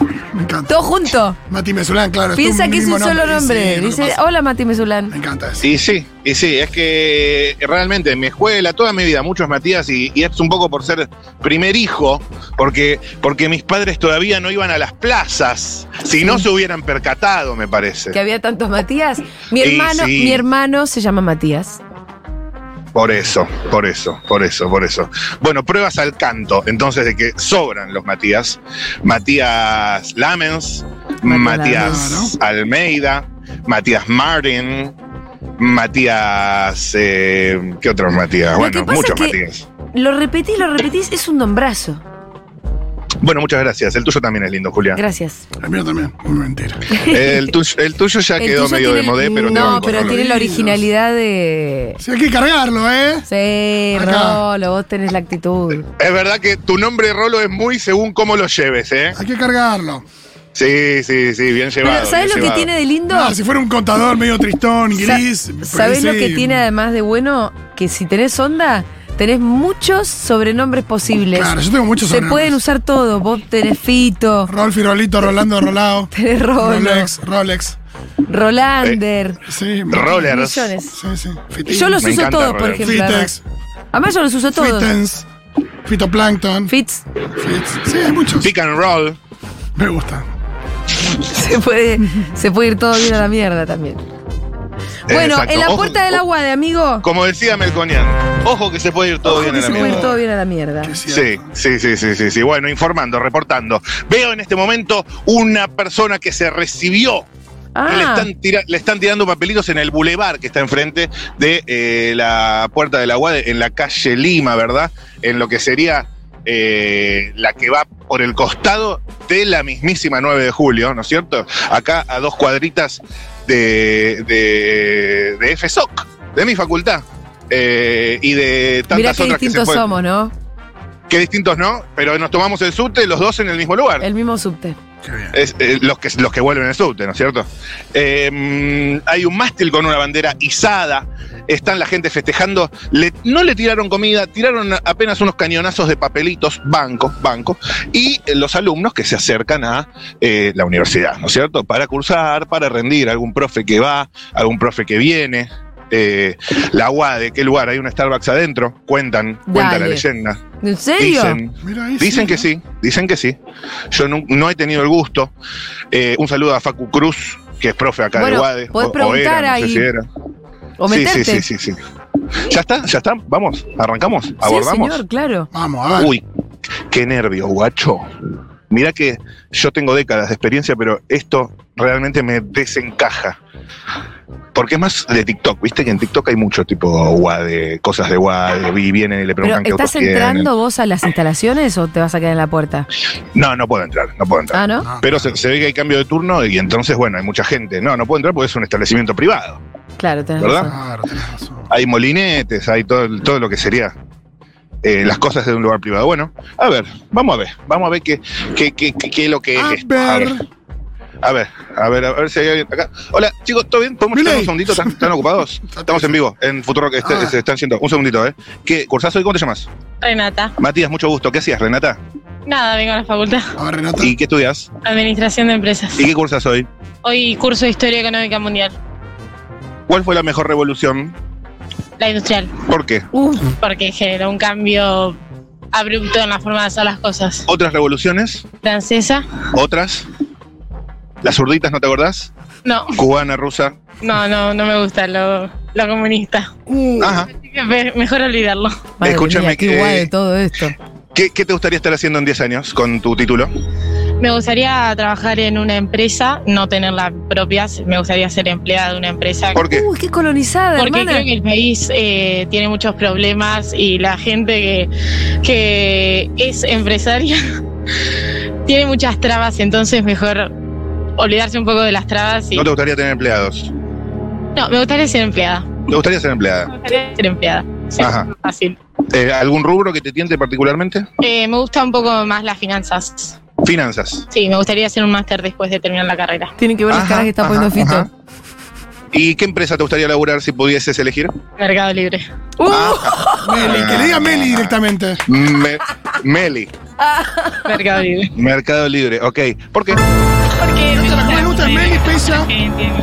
Speaker 1: Todo junto.
Speaker 2: Mati Mesulán, claro. es
Speaker 1: Piensa
Speaker 2: un
Speaker 1: que es
Speaker 2: mismo
Speaker 1: un solo
Speaker 2: Sí,
Speaker 1: nombre.
Speaker 2: es lo que
Speaker 1: dice, "Oh".
Speaker 2: pasa.
Speaker 1: hola Mati Mesulán. Me
Speaker 2: encanta.
Speaker 15: Y sí, y sí, es que realmente en mi escuela, toda mi vida, muchos Matías, y, y es un poco por ser primer hijo, porque, Eh, porque mis padres todavía no iban a las plazas, si no se hubieran percatado, me parece.
Speaker 1: Que había tantos Matías. Mi
Speaker 15: Sí,
Speaker 1: hermano,
Speaker 15: sí.
Speaker 1: mi hermano se llama Matías.
Speaker 15: Por eso, por eso, por eso, por eso. Bueno, pruebas al canto, entonces, de que sobran los Matías. Matías Lamens, Matías Almeida, Matías Martin, Matías... eh, ¿Qué otros Matías?
Speaker 1: Lo que
Speaker 15: Bueno,
Speaker 1: pasa
Speaker 15: muchos
Speaker 1: es que-
Speaker 15: Matías.
Speaker 1: Lo repetís, lo repetís, es un nombrazo.
Speaker 15: Bueno, muchas gracias. El tuyo también es lindo, Julián.
Speaker 1: Gracias.
Speaker 2: El mío también, mentira.
Speaker 15: El tuyo, el tuyo ya
Speaker 1: El
Speaker 15: quedó
Speaker 1: tuyo
Speaker 15: medio de
Speaker 1: tiene-
Speaker 15: modé, pero te
Speaker 1: No,
Speaker 15: banco,
Speaker 1: pero
Speaker 15: lo
Speaker 1: tiene la
Speaker 15: vi.
Speaker 1: originalidad de.
Speaker 2: Sí, hay que cargarlo, ¿eh?
Speaker 1: Sí,
Speaker 2: Acá.
Speaker 1: Rolo, vos tenés la actitud.
Speaker 15: Es verdad que tu nombre Rolo es muy según cómo lo lleves, ¿eh?
Speaker 2: Hay que cargarlo.
Speaker 15: Sí, sí, sí, bien llevado.
Speaker 1: Pero ¿sabes
Speaker 15: bien
Speaker 1: lo que
Speaker 15: llevado.
Speaker 1: tiene de lindo?
Speaker 2: Ah, si fuera un contador medio tristón,
Speaker 1: Sa-
Speaker 2: gris. por ahí
Speaker 1: ¿Sabés lo
Speaker 2: sí.
Speaker 1: que tiene además de bueno? Que si tenés onda, tenés muchos sobrenombres posibles.
Speaker 2: Claro, yo tengo muchos
Speaker 1: Se
Speaker 2: sobrenombres.
Speaker 1: pueden usar todos. Vos tenés Fito,
Speaker 2: Rolfi, Rolito, Rolando, Rolao.
Speaker 1: tenés Rolo,
Speaker 2: Rolex, Rolex.
Speaker 1: Rolander.
Speaker 2: Sí,
Speaker 15: Rollers.
Speaker 1: millones.
Speaker 2: Sí, sí. Fitín.
Speaker 1: Yo los
Speaker 15: Eh, Me
Speaker 1: uso
Speaker 15: encanta
Speaker 1: todos, por
Speaker 15: Rolex.
Speaker 1: ejemplo.
Speaker 2: Fitex.
Speaker 1: Además yo los uso todos.
Speaker 2: Fitens. Fitoplancton.
Speaker 1: Fits.
Speaker 2: Fits. Sí, hay muchos.
Speaker 15: Pick and roll.
Speaker 2: Me gusta.
Speaker 1: Se puede, se puede ir todo bien a la mierda también. Bueno,
Speaker 15: Eh, Exacto.
Speaker 1: en la
Speaker 15: Ojo-
Speaker 1: puerta del agua de amigo,
Speaker 15: Como decía Melconian, ojo que se puede ir todo bien
Speaker 1: que
Speaker 15: en la
Speaker 1: se puede ir
Speaker 15: mierda.
Speaker 1: todo bien a la mierda.
Speaker 15: Sí, sí, sí, sí, sí, sí. Bueno, informando, reportando. Veo en este momento una persona que se recibió.
Speaker 1: Ah.
Speaker 15: Que Le, están tira- le están tirando papelitos en el bulevar que está enfrente de eh, la puerta de la UAD, en la calle Lima, ¿verdad? En lo que sería eh, la que va por el costado de la mismísima 9 de julio, ¿no es cierto? Acá a dos cuadritas de, de, de FSOC, de mi facultad. eh, y de tantas
Speaker 1: Mirá qué
Speaker 15: otras que se
Speaker 1: distintos
Speaker 15: pueden-
Speaker 1: somos, ¿no?
Speaker 15: Qué distintos no, pero nos tomamos el subte los dos en el mismo lugar.
Speaker 1: El mismo subte.
Speaker 15: Es, eh, los, que, los que vuelven en el subte, ¿no es cierto? Eh, mm, hay un mástil con una bandera izada, están la gente festejando, le- no le tiraron comida, tiraron apenas unos cañonazos de papelitos, banco, banco, y los alumnos que se acercan a eh, la universidad, ¿no es cierto? Para cursar, para rendir, algún profe que va, algún profe que viene. eh, la UADE, ¿qué lugar? Hay un Starbucks adentro, cuentan, cuenta la
Speaker 1: Dale.
Speaker 15: leyenda.
Speaker 1: ¿En serio?
Speaker 15: Dicen,
Speaker 2: Mira ahí, sí,
Speaker 15: dicen que
Speaker 2: ¿no?
Speaker 15: sí, dicen que sí. Yo nu- no, he tenido el gusto. Eh, un saludo a Facu Cruz, que es profe acá
Speaker 1: Bueno,
Speaker 15: de Guade.
Speaker 1: podés preguntar
Speaker 15: era, no sé
Speaker 1: ahí.
Speaker 15: si era.
Speaker 1: O
Speaker 15: Sí,
Speaker 1: meterte.
Speaker 15: sí, sí, sí, sí. Ya está, ya está. Vamos, arrancamos, abordamos.
Speaker 1: Sí, señor, claro.
Speaker 2: Vamos, a ver.
Speaker 15: Uy, qué nervio, guacho. Mirá que yo tengo décadas de experiencia, pero esto realmente me desencaja. Porque es más de TikTok, viste que en TikTok hay mucho tipo guade, cosas de guade, vi, vienen y le
Speaker 1: Pero
Speaker 15: preguntan qué
Speaker 1: ¿estás
Speaker 15: autos tienen.
Speaker 1: entrando vos a las instalaciones o te vas a quedar en la puerta?
Speaker 15: No, no puedo entrar, no puedo entrar.
Speaker 1: Ah, ¿no?
Speaker 15: Pero se, se ve que hay cambio de turno y entonces, bueno, hay mucha gente. No, no puedo entrar porque es un establecimiento privado.
Speaker 1: Claro, tenés
Speaker 15: ¿Verdad?
Speaker 1: razón.
Speaker 2: Claro, tenés razón.
Speaker 15: Hay molinetes, hay todo, el- todo lo que sería eh, las cosas de un lugar privado. Bueno, a ver, vamos a ver, vamos a ver qué, qué, qué, qué- qué es lo que
Speaker 2: A
Speaker 15: es esto. A ver,
Speaker 2: ver.
Speaker 15: a ver, a ver, a ver si hay alguien acá. Hola, chicos, ¿todo bien? ¿Podemos estar un
Speaker 2: Milei.
Speaker 15: segundito? ¿Están, están ocupados? Estamos en vivo, Este, en Futuro que
Speaker 2: Ah.
Speaker 15: se están yendo. Un segundito, ¿eh? ¿Qué, ¿Cursazo y cómo te llamas?
Speaker 16: Renata.
Speaker 15: Matías, mucho gusto. ¿Qué hacías, Renata?
Speaker 16: Nada, vengo a la facultad.
Speaker 2: A ver, Renata.
Speaker 15: ¿Y qué estudias?
Speaker 16: Administración de empresas.
Speaker 15: ¿Y qué cursas hoy?
Speaker 16: Hoy curso de Historia Económica Mundial.
Speaker 15: ¿Cuál fue la mejor revolución?
Speaker 16: La industrial.
Speaker 15: ¿Por qué?
Speaker 16: Porque generó un cambio abrupto en la forma de hacer las cosas.
Speaker 15: ¿Otras revoluciones?
Speaker 16: Francesa.
Speaker 15: ¿Otras? ¿Las zurditas, no te acordás?
Speaker 16: No,
Speaker 15: ¿Cubana, rusa?
Speaker 16: no, no, no me gusta lo, lo comunista.
Speaker 15: Ajá.
Speaker 16: Así que me- mejor olvidarlo.
Speaker 1: Madre
Speaker 15: Escúchame,
Speaker 1: mía, qué
Speaker 15: eh,
Speaker 1: guay de todo esto.
Speaker 15: ¿Qué, qué te gustaría estar haciendo en 10 años con tu título?
Speaker 16: Me gustaría trabajar en una empresa, no tener la propia. Me gustaría ser empleada de una empresa.
Speaker 15: ¿Por qué?
Speaker 1: Uy, qué colonizada,
Speaker 16: Porque
Speaker 1: hermana.
Speaker 16: creo que el país eh, tiene muchos problemas y la gente que, que es empresaria tiene muchas trabas, entonces mejor olvidarse un poco de las trabas y...
Speaker 15: ¿No te gustaría tener empleados?
Speaker 16: No, me gustaría ser empleada.
Speaker 15: ¿Te gustaría ser
Speaker 16: Me
Speaker 15: empleada?
Speaker 16: gustaría ser empleada. Sí,
Speaker 15: Ajá.
Speaker 16: Fácil.
Speaker 15: Eh, ¿Algún rubro que te tiente particularmente?
Speaker 16: Eh, me gusta un poco más las finanzas.
Speaker 15: Finanzas.
Speaker 16: Sí, me gustaría hacer un máster después de terminar la carrera.
Speaker 1: Tienen que ver las
Speaker 15: Ajá,
Speaker 1: caras que está
Speaker 15: ajá,
Speaker 1: poniendo Fito.
Speaker 15: ajá. ¿Y qué empresa te gustaría laburar si pudieses elegir?
Speaker 16: Mercado Libre.
Speaker 1: Uh,
Speaker 15: Ah,
Speaker 2: Meli, que le diga Meli directamente.
Speaker 15: Me- Meli,
Speaker 16: Mercado Libre.
Speaker 15: Mercado Libre, ok. ¿Por qué?
Speaker 16: Porque
Speaker 2: ¿Cómo le gusta Meli, pesa?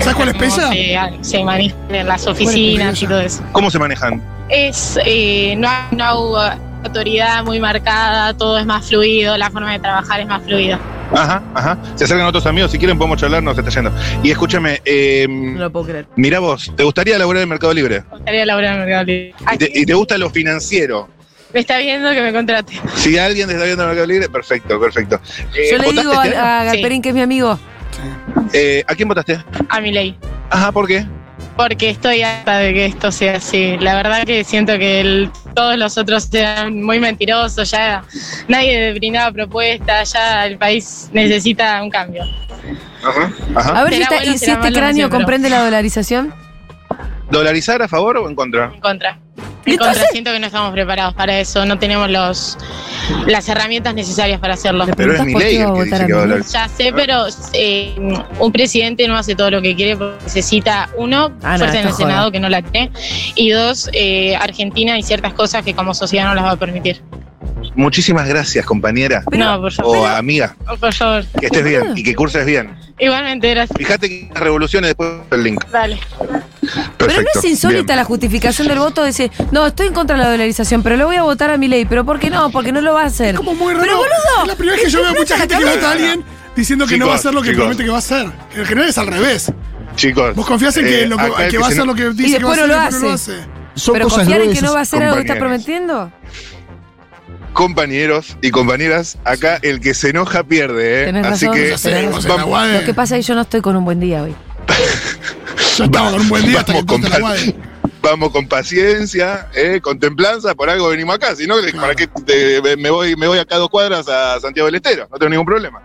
Speaker 2: ¿Sabes cuál es pesa?
Speaker 16: se, ah, se manejan las oficinas y todo eso.
Speaker 15: ¿Cómo se manejan?
Speaker 16: es eh, no hay una au- autoridad muy marcada, todo es más fluido, la forma de trabajar es más fluida.
Speaker 15: Ajá, ajá. Se acercan otros amigos, si quieren podemos charlar, nos está yendo. Y escúchame, eh,
Speaker 1: No lo puedo creer.
Speaker 15: mira vos, ¿te gustaría laburar en Mercado Libre?
Speaker 16: Me gustaría laburar en Mercado Libre.
Speaker 15: ¿Y te, y te gusta lo financiero?
Speaker 16: Me está viendo que me contrate.
Speaker 15: Si alguien te está viendo en Mercado Libre, perfecto, perfecto. Eh,
Speaker 1: Yo le
Speaker 15: ¿votaste
Speaker 1: digo
Speaker 15: este
Speaker 1: a, a
Speaker 15: año?
Speaker 1: Galperín, que es mi amigo.
Speaker 15: Eh, ¿A quién votaste?
Speaker 16: A mi ley.
Speaker 15: Ajá, ¿por qué?
Speaker 16: Porque estoy harta de que esto sea así. La verdad que siento que el todos los otros eran muy mentirosos, ya nadie brindaba propuestas, ya el país necesita un cambio.
Speaker 15: Ajá, ajá.
Speaker 1: A ver si,
Speaker 16: Será
Speaker 1: esta-
Speaker 16: bueno,
Speaker 1: y si
Speaker 16: será
Speaker 1: este
Speaker 16: malo,
Speaker 1: cráneo
Speaker 16: sí, pero-
Speaker 1: comprende la dolarización.
Speaker 15: ¿Dolarizar a favor o en contra?
Speaker 16: En contra. En contra, siento que no estamos preparados para eso, no tenemos los las herramientas necesarias para hacerlo.
Speaker 15: Pero es mi ley el que dice que va a dolarizar.
Speaker 16: Ya sé, pero eh, un presidente no hace todo lo que quiere porque necesita, uno,
Speaker 1: Ah, no,
Speaker 16: fuerza
Speaker 1: esto
Speaker 16: en el Senado
Speaker 1: joda.
Speaker 16: que no la tiene, y dos, eh, Argentina y ciertas cosas que como sociedad no las va a permitir.
Speaker 15: Muchísimas gracias, compañera.
Speaker 16: No, por
Speaker 15: o
Speaker 16: favor.
Speaker 15: amiga.
Speaker 16: Oh, por favor.
Speaker 15: Que estés bien y que curses bien.
Speaker 16: Igualmente, gracias.
Speaker 15: Fíjate que las revoluciones después el link.
Speaker 16: Dale.
Speaker 1: Pero no
Speaker 15: Perfecto,
Speaker 1: es insólita
Speaker 15: bien.
Speaker 1: la justificación del voto de decir, no, estoy en contra de la dolarización, pero lo voy a votar a mi ley. ¿Pero por qué no? Porque no lo va a hacer.
Speaker 2: Como muy raro.
Speaker 1: Pero boludo.
Speaker 2: Es la primera vez que yo veo a mucha gente que vota a alguien diciendo que no
Speaker 15: Chicos,
Speaker 2: va a hacer lo que
Speaker 15: chicos.
Speaker 2: promete que va a hacer. En general es al revés.
Speaker 15: Chicos.
Speaker 2: Vos confías en que,
Speaker 15: eh,
Speaker 2: lo que,
Speaker 15: acá
Speaker 2: que
Speaker 15: el
Speaker 2: va a
Speaker 15: se
Speaker 2: hacer
Speaker 15: no-
Speaker 2: lo que
Speaker 1: Y
Speaker 2: dice que va a
Speaker 1: después
Speaker 2: hacer
Speaker 1: no
Speaker 2: y
Speaker 1: lo
Speaker 2: después no lo
Speaker 1: hace.
Speaker 2: hace.
Speaker 1: Pero confiar en que no va a hacer algo que está
Speaker 15: compañeros.
Speaker 1: prometiendo.
Speaker 15: Compañeros y compañeras, acá el que se enoja pierde, ¿eh?
Speaker 1: Tenés
Speaker 15: Así
Speaker 1: razón.
Speaker 15: que
Speaker 1: tenés razón.
Speaker 15: vamos-
Speaker 1: Lo que pasa es que yo no estoy con un buen día hoy.
Speaker 2: Yo estaba con un buen día hasta que
Speaker 15: vamos, con,
Speaker 2: encontré la guay.
Speaker 15: vamos con paciencia, ¿eh? con templanza, por algo venimos acá, si no, ¿para qué te- me, voy, me voy acá dos cuadras a Santiago del Estero? No tengo ningún problema.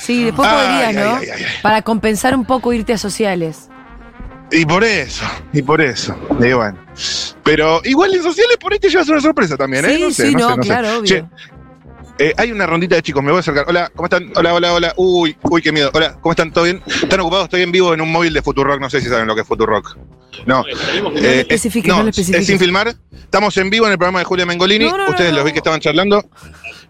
Speaker 1: Sí, después
Speaker 15: Ay,
Speaker 1: podrías,
Speaker 15: ay,
Speaker 1: ¿no?
Speaker 15: ay, ay,
Speaker 1: Para compensar un poco irte a sociales.
Speaker 15: Y por eso, y por eso, y bueno. Pero igual en sociales por ahí te llevas una sorpresa también, ¿eh?
Speaker 1: Sí, sí, no, claro, obvio.
Speaker 15: eh, hay una rondita de chicos, me voy a acercar. Hola, ¿cómo están? Hola, hola, hola. Uy, uy, qué miedo. Hola, ¿cómo están? ¿Todo bien? ¿Están ocupados? Estoy en vivo en un móvil de Futurock, no sé si saben lo que es Futurock. No,
Speaker 1: No lo especifiques, no lo
Speaker 15: es
Speaker 1: especifiques.
Speaker 15: sin filmar. Estamos en vivo en el programa de Julia Mengolini.
Speaker 1: No, no, no,
Speaker 15: Ustedes
Speaker 1: no.
Speaker 15: los vi que estaban charlando.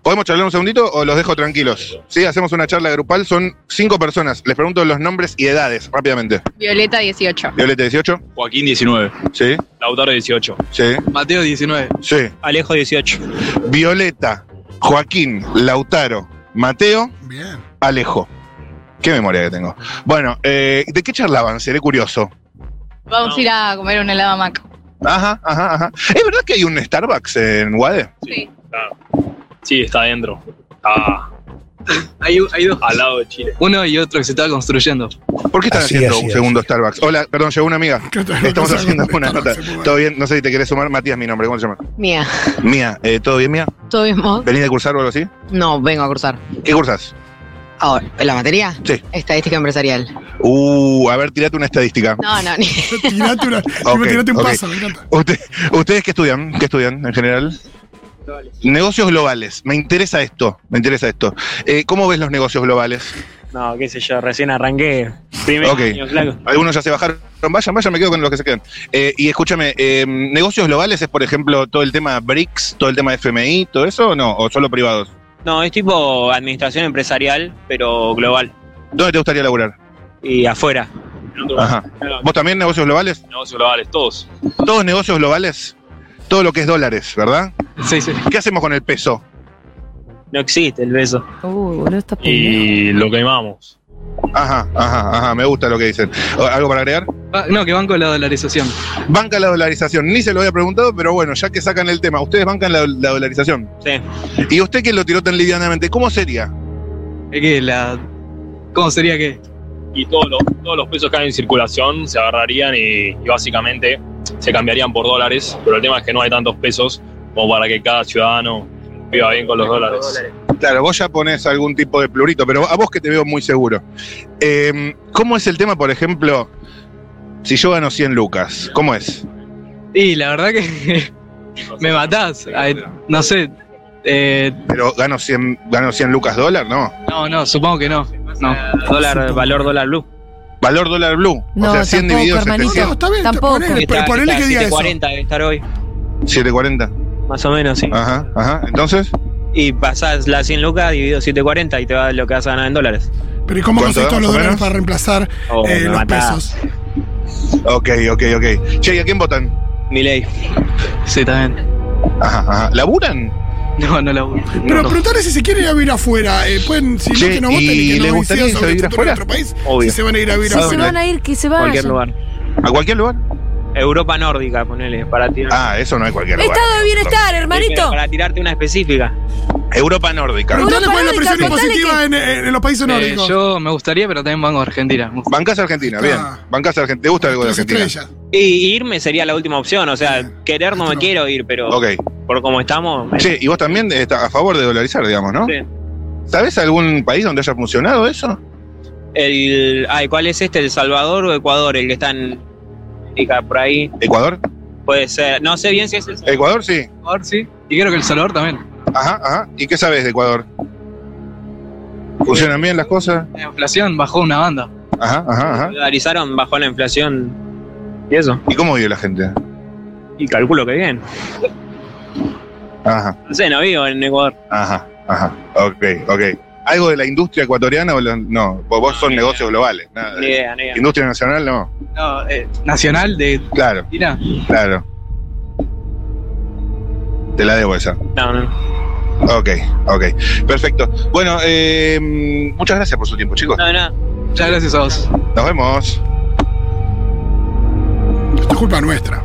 Speaker 15: ¿Podemos charlar un segundito o los dejo tranquilos? Sí, hacemos una charla grupal. Son cinco personas. Les pregunto los nombres y edades rápidamente.
Speaker 17: Violeta 18.
Speaker 15: Violeta 18.
Speaker 18: Joaquín 19.
Speaker 15: Sí.
Speaker 18: Lautaro 18.
Speaker 15: Sí.
Speaker 18: Mateo 19.
Speaker 15: Sí.
Speaker 18: Alejo 18.
Speaker 15: Violeta, Joaquín, Lautaro, Mateo, Alejo. Qué memoria que tengo. Bueno, eh, ¿de qué charlaban? Seré curioso.
Speaker 17: Vamos a ir a comer un helado a Mac.
Speaker 15: Ajá, ajá, ajá. ¿Es verdad que hay un Starbucks en Wade?
Speaker 17: Sí.
Speaker 18: Sí, está adentro. Ah. Hay, hay dos. Al lado de Chile. Uno y otro que se estaba construyendo.
Speaker 15: ¿Por qué están
Speaker 18: Así,
Speaker 15: haciendo
Speaker 18: así,
Speaker 15: un
Speaker 18: así.
Speaker 15: segundo Starbucks? Hola, perdón, llegó una amiga. Estamos haciendo una nota. ¿Todo bien? No sé si te querés sumar. Matías, mi nombre, ¿cómo se llama?
Speaker 19: Mía,
Speaker 15: Mía, eh, ¿todo bien, Mía?
Speaker 19: ¿todo bien vos?
Speaker 15: ¿Venís de cursar o algo así?
Speaker 19: No, vengo a cursar.
Speaker 15: ¿Qué cursás?
Speaker 19: Ahora, ¿la materia?
Speaker 15: Sí.
Speaker 19: Estadística empresarial.
Speaker 15: Uh, a ver, tirate una estadística.
Speaker 19: No, no, ni.
Speaker 2: Tirate una.
Speaker 15: Ok,
Speaker 2: tirate un
Speaker 15: ok.
Speaker 2: paso, me encanta.
Speaker 15: Usted- ¿Ustedes qué estudian? ¿Qué estudian en general? Negocios globales. Me interesa esto. Me interesa esto. Eh, ¿Cómo ves los negocios globales?
Speaker 18: No, qué sé yo, recién arranqué. Primer
Speaker 15: Ok.
Speaker 18: año, flaco.
Speaker 15: Algunos ya se bajaron. Vayan, vayan, me quedo con los que se quedan. Eh, y escúchame, eh, ¿negocios globales es, por ejemplo, todo el tema BRICS, todo el tema FMI, todo eso o no? ¿O solo privados?
Speaker 18: No, es tipo administración empresarial, pero global.
Speaker 15: ¿Dónde te gustaría laburar?
Speaker 18: Y afuera.
Speaker 15: Ajá. ¿Vos también negocios globales?
Speaker 18: Negocios globales, todos.
Speaker 15: ¿Todos negocios globales? Todo lo que es dólares, ¿verdad?
Speaker 18: Sí, sí.
Speaker 15: ¿Qué hacemos con el peso?
Speaker 18: No existe el beso.
Speaker 1: Uy, boludo, está
Speaker 18: Y lo quemamos.
Speaker 15: Ajá, ajá, ajá, me gusta lo que dicen. ¿Algo para agregar?
Speaker 18: no, que van con la dolarización.
Speaker 15: Banca la dolarización. Ni se lo había preguntado, pero bueno, ya que sacan el tema, ustedes bancan la, la dolarización.
Speaker 18: Sí.
Speaker 15: Y usted que lo tiró tan livianamente, ¿cómo sería?
Speaker 18: Es que la. ¿Cómo sería que? Y todos los, todos los pesos que hay en circulación se agarrarían y, y básicamente se cambiarían por dólares, pero el tema es que no hay tantos pesos como para que cada ciudadano viva bien con los dólares.
Speaker 15: Claro, vos ya pones algún tipo de plurito, pero a vos que te veo muy seguro. Eh, ¿Cómo es el tema, por ejemplo, si yo gano 100 lucas? ¿Cómo es?
Speaker 18: Y la verdad que me matás. Ay, no sé. eh,
Speaker 15: Pero gano 100, gano 100 lucas dólar, ¿no?
Speaker 18: no, no, supongo que no. No. Dólar, valor dólar blue.
Speaker 15: Valor dólar blue.
Speaker 1: No,
Speaker 15: o sea, 100
Speaker 1: tampoco,
Speaker 15: divididos
Speaker 1: hermanito. No, está bien, Tampoco. ponele, pero ponele que diga eso.
Speaker 18: 740 debe estar hoy.
Speaker 15: 740.
Speaker 18: Más o menos, sí.
Speaker 15: Ajá, ajá. Entonces.
Speaker 18: Y pasás las 100 lucas dividido 740 y te va lo que vas a ganar en dólares.
Speaker 2: Pero ¿y cómo
Speaker 15: ¿Cuánto
Speaker 2: conseguís todos
Speaker 15: más
Speaker 2: los
Speaker 15: o
Speaker 2: dólares
Speaker 15: menos?
Speaker 2: para reemplazar
Speaker 18: Oh,
Speaker 2: eh,
Speaker 18: me
Speaker 2: los
Speaker 18: matás.
Speaker 2: pesos?
Speaker 15: Ok, ok, ok. Che, ¿y a quién votan?
Speaker 18: Miley. Sí, también.
Speaker 15: Ajá, ajá. ¿Laburan?
Speaker 18: No, no la
Speaker 2: Pero preguntarle si se quieren ir a vivir afuera. eh, pueden, si
Speaker 15: Che,
Speaker 2: no, que no voten
Speaker 15: ¿y
Speaker 2: y que
Speaker 15: les
Speaker 2: no
Speaker 15: gustaría
Speaker 2: decidan
Speaker 15: irse
Speaker 2: sobre el
Speaker 15: a vivir
Speaker 2: futuro de
Speaker 15: afuera?
Speaker 2: nuestro país.
Speaker 18: Obvio.
Speaker 2: Si se van a ir a vivir
Speaker 18: Sí,
Speaker 2: afuera.
Speaker 1: Se van a ir, que se vayan.
Speaker 18: Cualquier lugar.
Speaker 15: ¿A cualquier lugar?
Speaker 18: Europa nórdica, ponele, para tirar.
Speaker 15: Ah, eso no es cualquier
Speaker 1: Estado de bienestar, hermanito.
Speaker 18: Para tirarte una específica.
Speaker 15: Europa nórdica.
Speaker 2: Preguntale
Speaker 1: Europa
Speaker 2: cuál es la
Speaker 1: nórdica,
Speaker 2: presión
Speaker 1: contale
Speaker 2: impositiva
Speaker 1: que-
Speaker 2: en, eh, en- en los países nórdicos.
Speaker 18: yo me gustaría, pero también banco Argentina.
Speaker 15: Bancás Argentina, bien. Bancás Argentina. ¿Te gusta algo de Argentina?
Speaker 18: Y irme sería la última opción, o sea, querer no me quiero ir, pero
Speaker 15: Ok,
Speaker 18: por cómo estamos.
Speaker 15: Che, y vos también estás a favor de dolarizar, digamos, ¿no?
Speaker 18: Sí.
Speaker 15: ¿Sabés algún país donde haya funcionado eso?
Speaker 20: El, ay, ¿Cuál es este? ¿El Salvador o Ecuador? El que está en. Ica, por ahí.
Speaker 15: ¿Ecuador?
Speaker 20: Puede ser. No sé bien si es el Salvador.
Speaker 15: ¿Ecuador sí?
Speaker 20: Ecuador sí. Y creo que el Salvador también.
Speaker 15: Ajá, ajá. ¿Y qué sabes de Ecuador? ¿Funcionan bien las cosas?
Speaker 20: La inflación bajó una banda.
Speaker 15: Ajá, ajá, ajá.
Speaker 20: Dolarizaron, bajó la inflación. ¿Y eso?
Speaker 15: ¿Y cómo vive la gente?
Speaker 20: Y calculo que bien.
Speaker 15: Ajá,
Speaker 20: No sé, no vivo en Ecuador.
Speaker 15: ajá, ajá. Ok, ok. ¿Algo de la industria ecuatoriana o la- no? Vos vos son negocios globales. nada de-
Speaker 20: Ni idea, ni idea.
Speaker 15: ¿Industria nacional no?
Speaker 20: No, eh, nacional de.
Speaker 15: Claro,
Speaker 20: Mira.
Speaker 15: claro. Te la debo esa.
Speaker 20: No, no.
Speaker 15: Ok, ok. Perfecto. Bueno, eh, muchas gracias por su tiempo, chicos.
Speaker 20: No, no. Muchas gracias a vos.
Speaker 15: Nos vemos.
Speaker 2: Esto es culpa nuestra.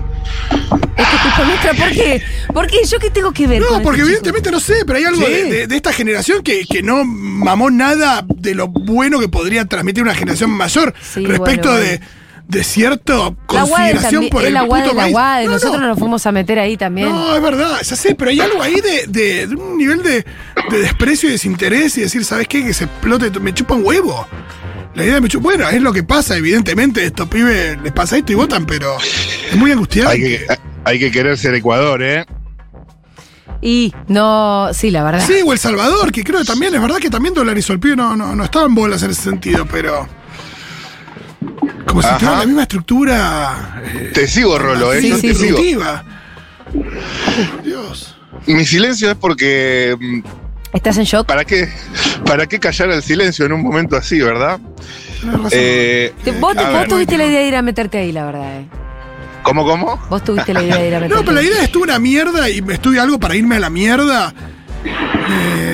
Speaker 1: Es que culpa nuestra, ¿por qué? ¿Por qué? ¿Yo qué tengo que ver?
Speaker 2: No,
Speaker 1: con
Speaker 2: porque
Speaker 1: este chico?
Speaker 2: evidentemente no sé, pero hay algo
Speaker 1: Sí.
Speaker 2: de, de- de esta generación que, que no mamó nada de lo bueno que podría transmitir una generación mayor
Speaker 1: Sí,
Speaker 2: respecto
Speaker 1: bueno,
Speaker 2: de, de cierta
Speaker 1: La UAD
Speaker 2: consideración
Speaker 1: también,
Speaker 2: por
Speaker 1: es
Speaker 2: el
Speaker 1: la UAD,
Speaker 2: puto
Speaker 1: es la
Speaker 2: país.
Speaker 1: UAD,
Speaker 2: No,
Speaker 1: nosotros
Speaker 2: no,
Speaker 1: nos fuimos a meter ahí también.
Speaker 2: no, es verdad, ya sé, pero hay algo ahí de, de- de un nivel de, de desprecio y desinterés y decir, ¿sabes qué? Que se explote, me chupa un huevo. La idea de me chupa, bueno, es lo que pasa, evidentemente, estos pibes les pasa esto y votan, pero es muy angustiante.
Speaker 15: Hay que, hay que querer ser Ecuador, ¿eh?
Speaker 1: Y no, sí, la verdad.
Speaker 2: Sí, o El Salvador, que creo que también, es verdad que también dolarizó el pibe, no, no, no estaba en bolas en ese sentido, pero. Como si
Speaker 15: Ajá.
Speaker 2: tuviera la misma estructura. eh,
Speaker 15: Te sigo, Rolo, ¿eh?
Speaker 2: así,
Speaker 15: Yo te sigo.
Speaker 2: disruptiva. Dios.
Speaker 15: Mi silencio es porque. mm,
Speaker 1: ¿Estás en shock?
Speaker 15: ¿Para qué, ¿Para qué callar el silencio en un momento así, verdad?
Speaker 2: Tenés razón.
Speaker 15: Eh,
Speaker 1: Te- vos
Speaker 15: a
Speaker 1: vos
Speaker 15: ver,
Speaker 1: tuviste la idea de ir a meterte ahí, la verdad. eh.
Speaker 15: ¿Cómo, cómo?
Speaker 1: Vos tuviste la idea de ir a meterte
Speaker 2: No, pero la
Speaker 1: ahí.
Speaker 2: idea estuvo una mierda y me estuve algo para irme a la mierda. Eh,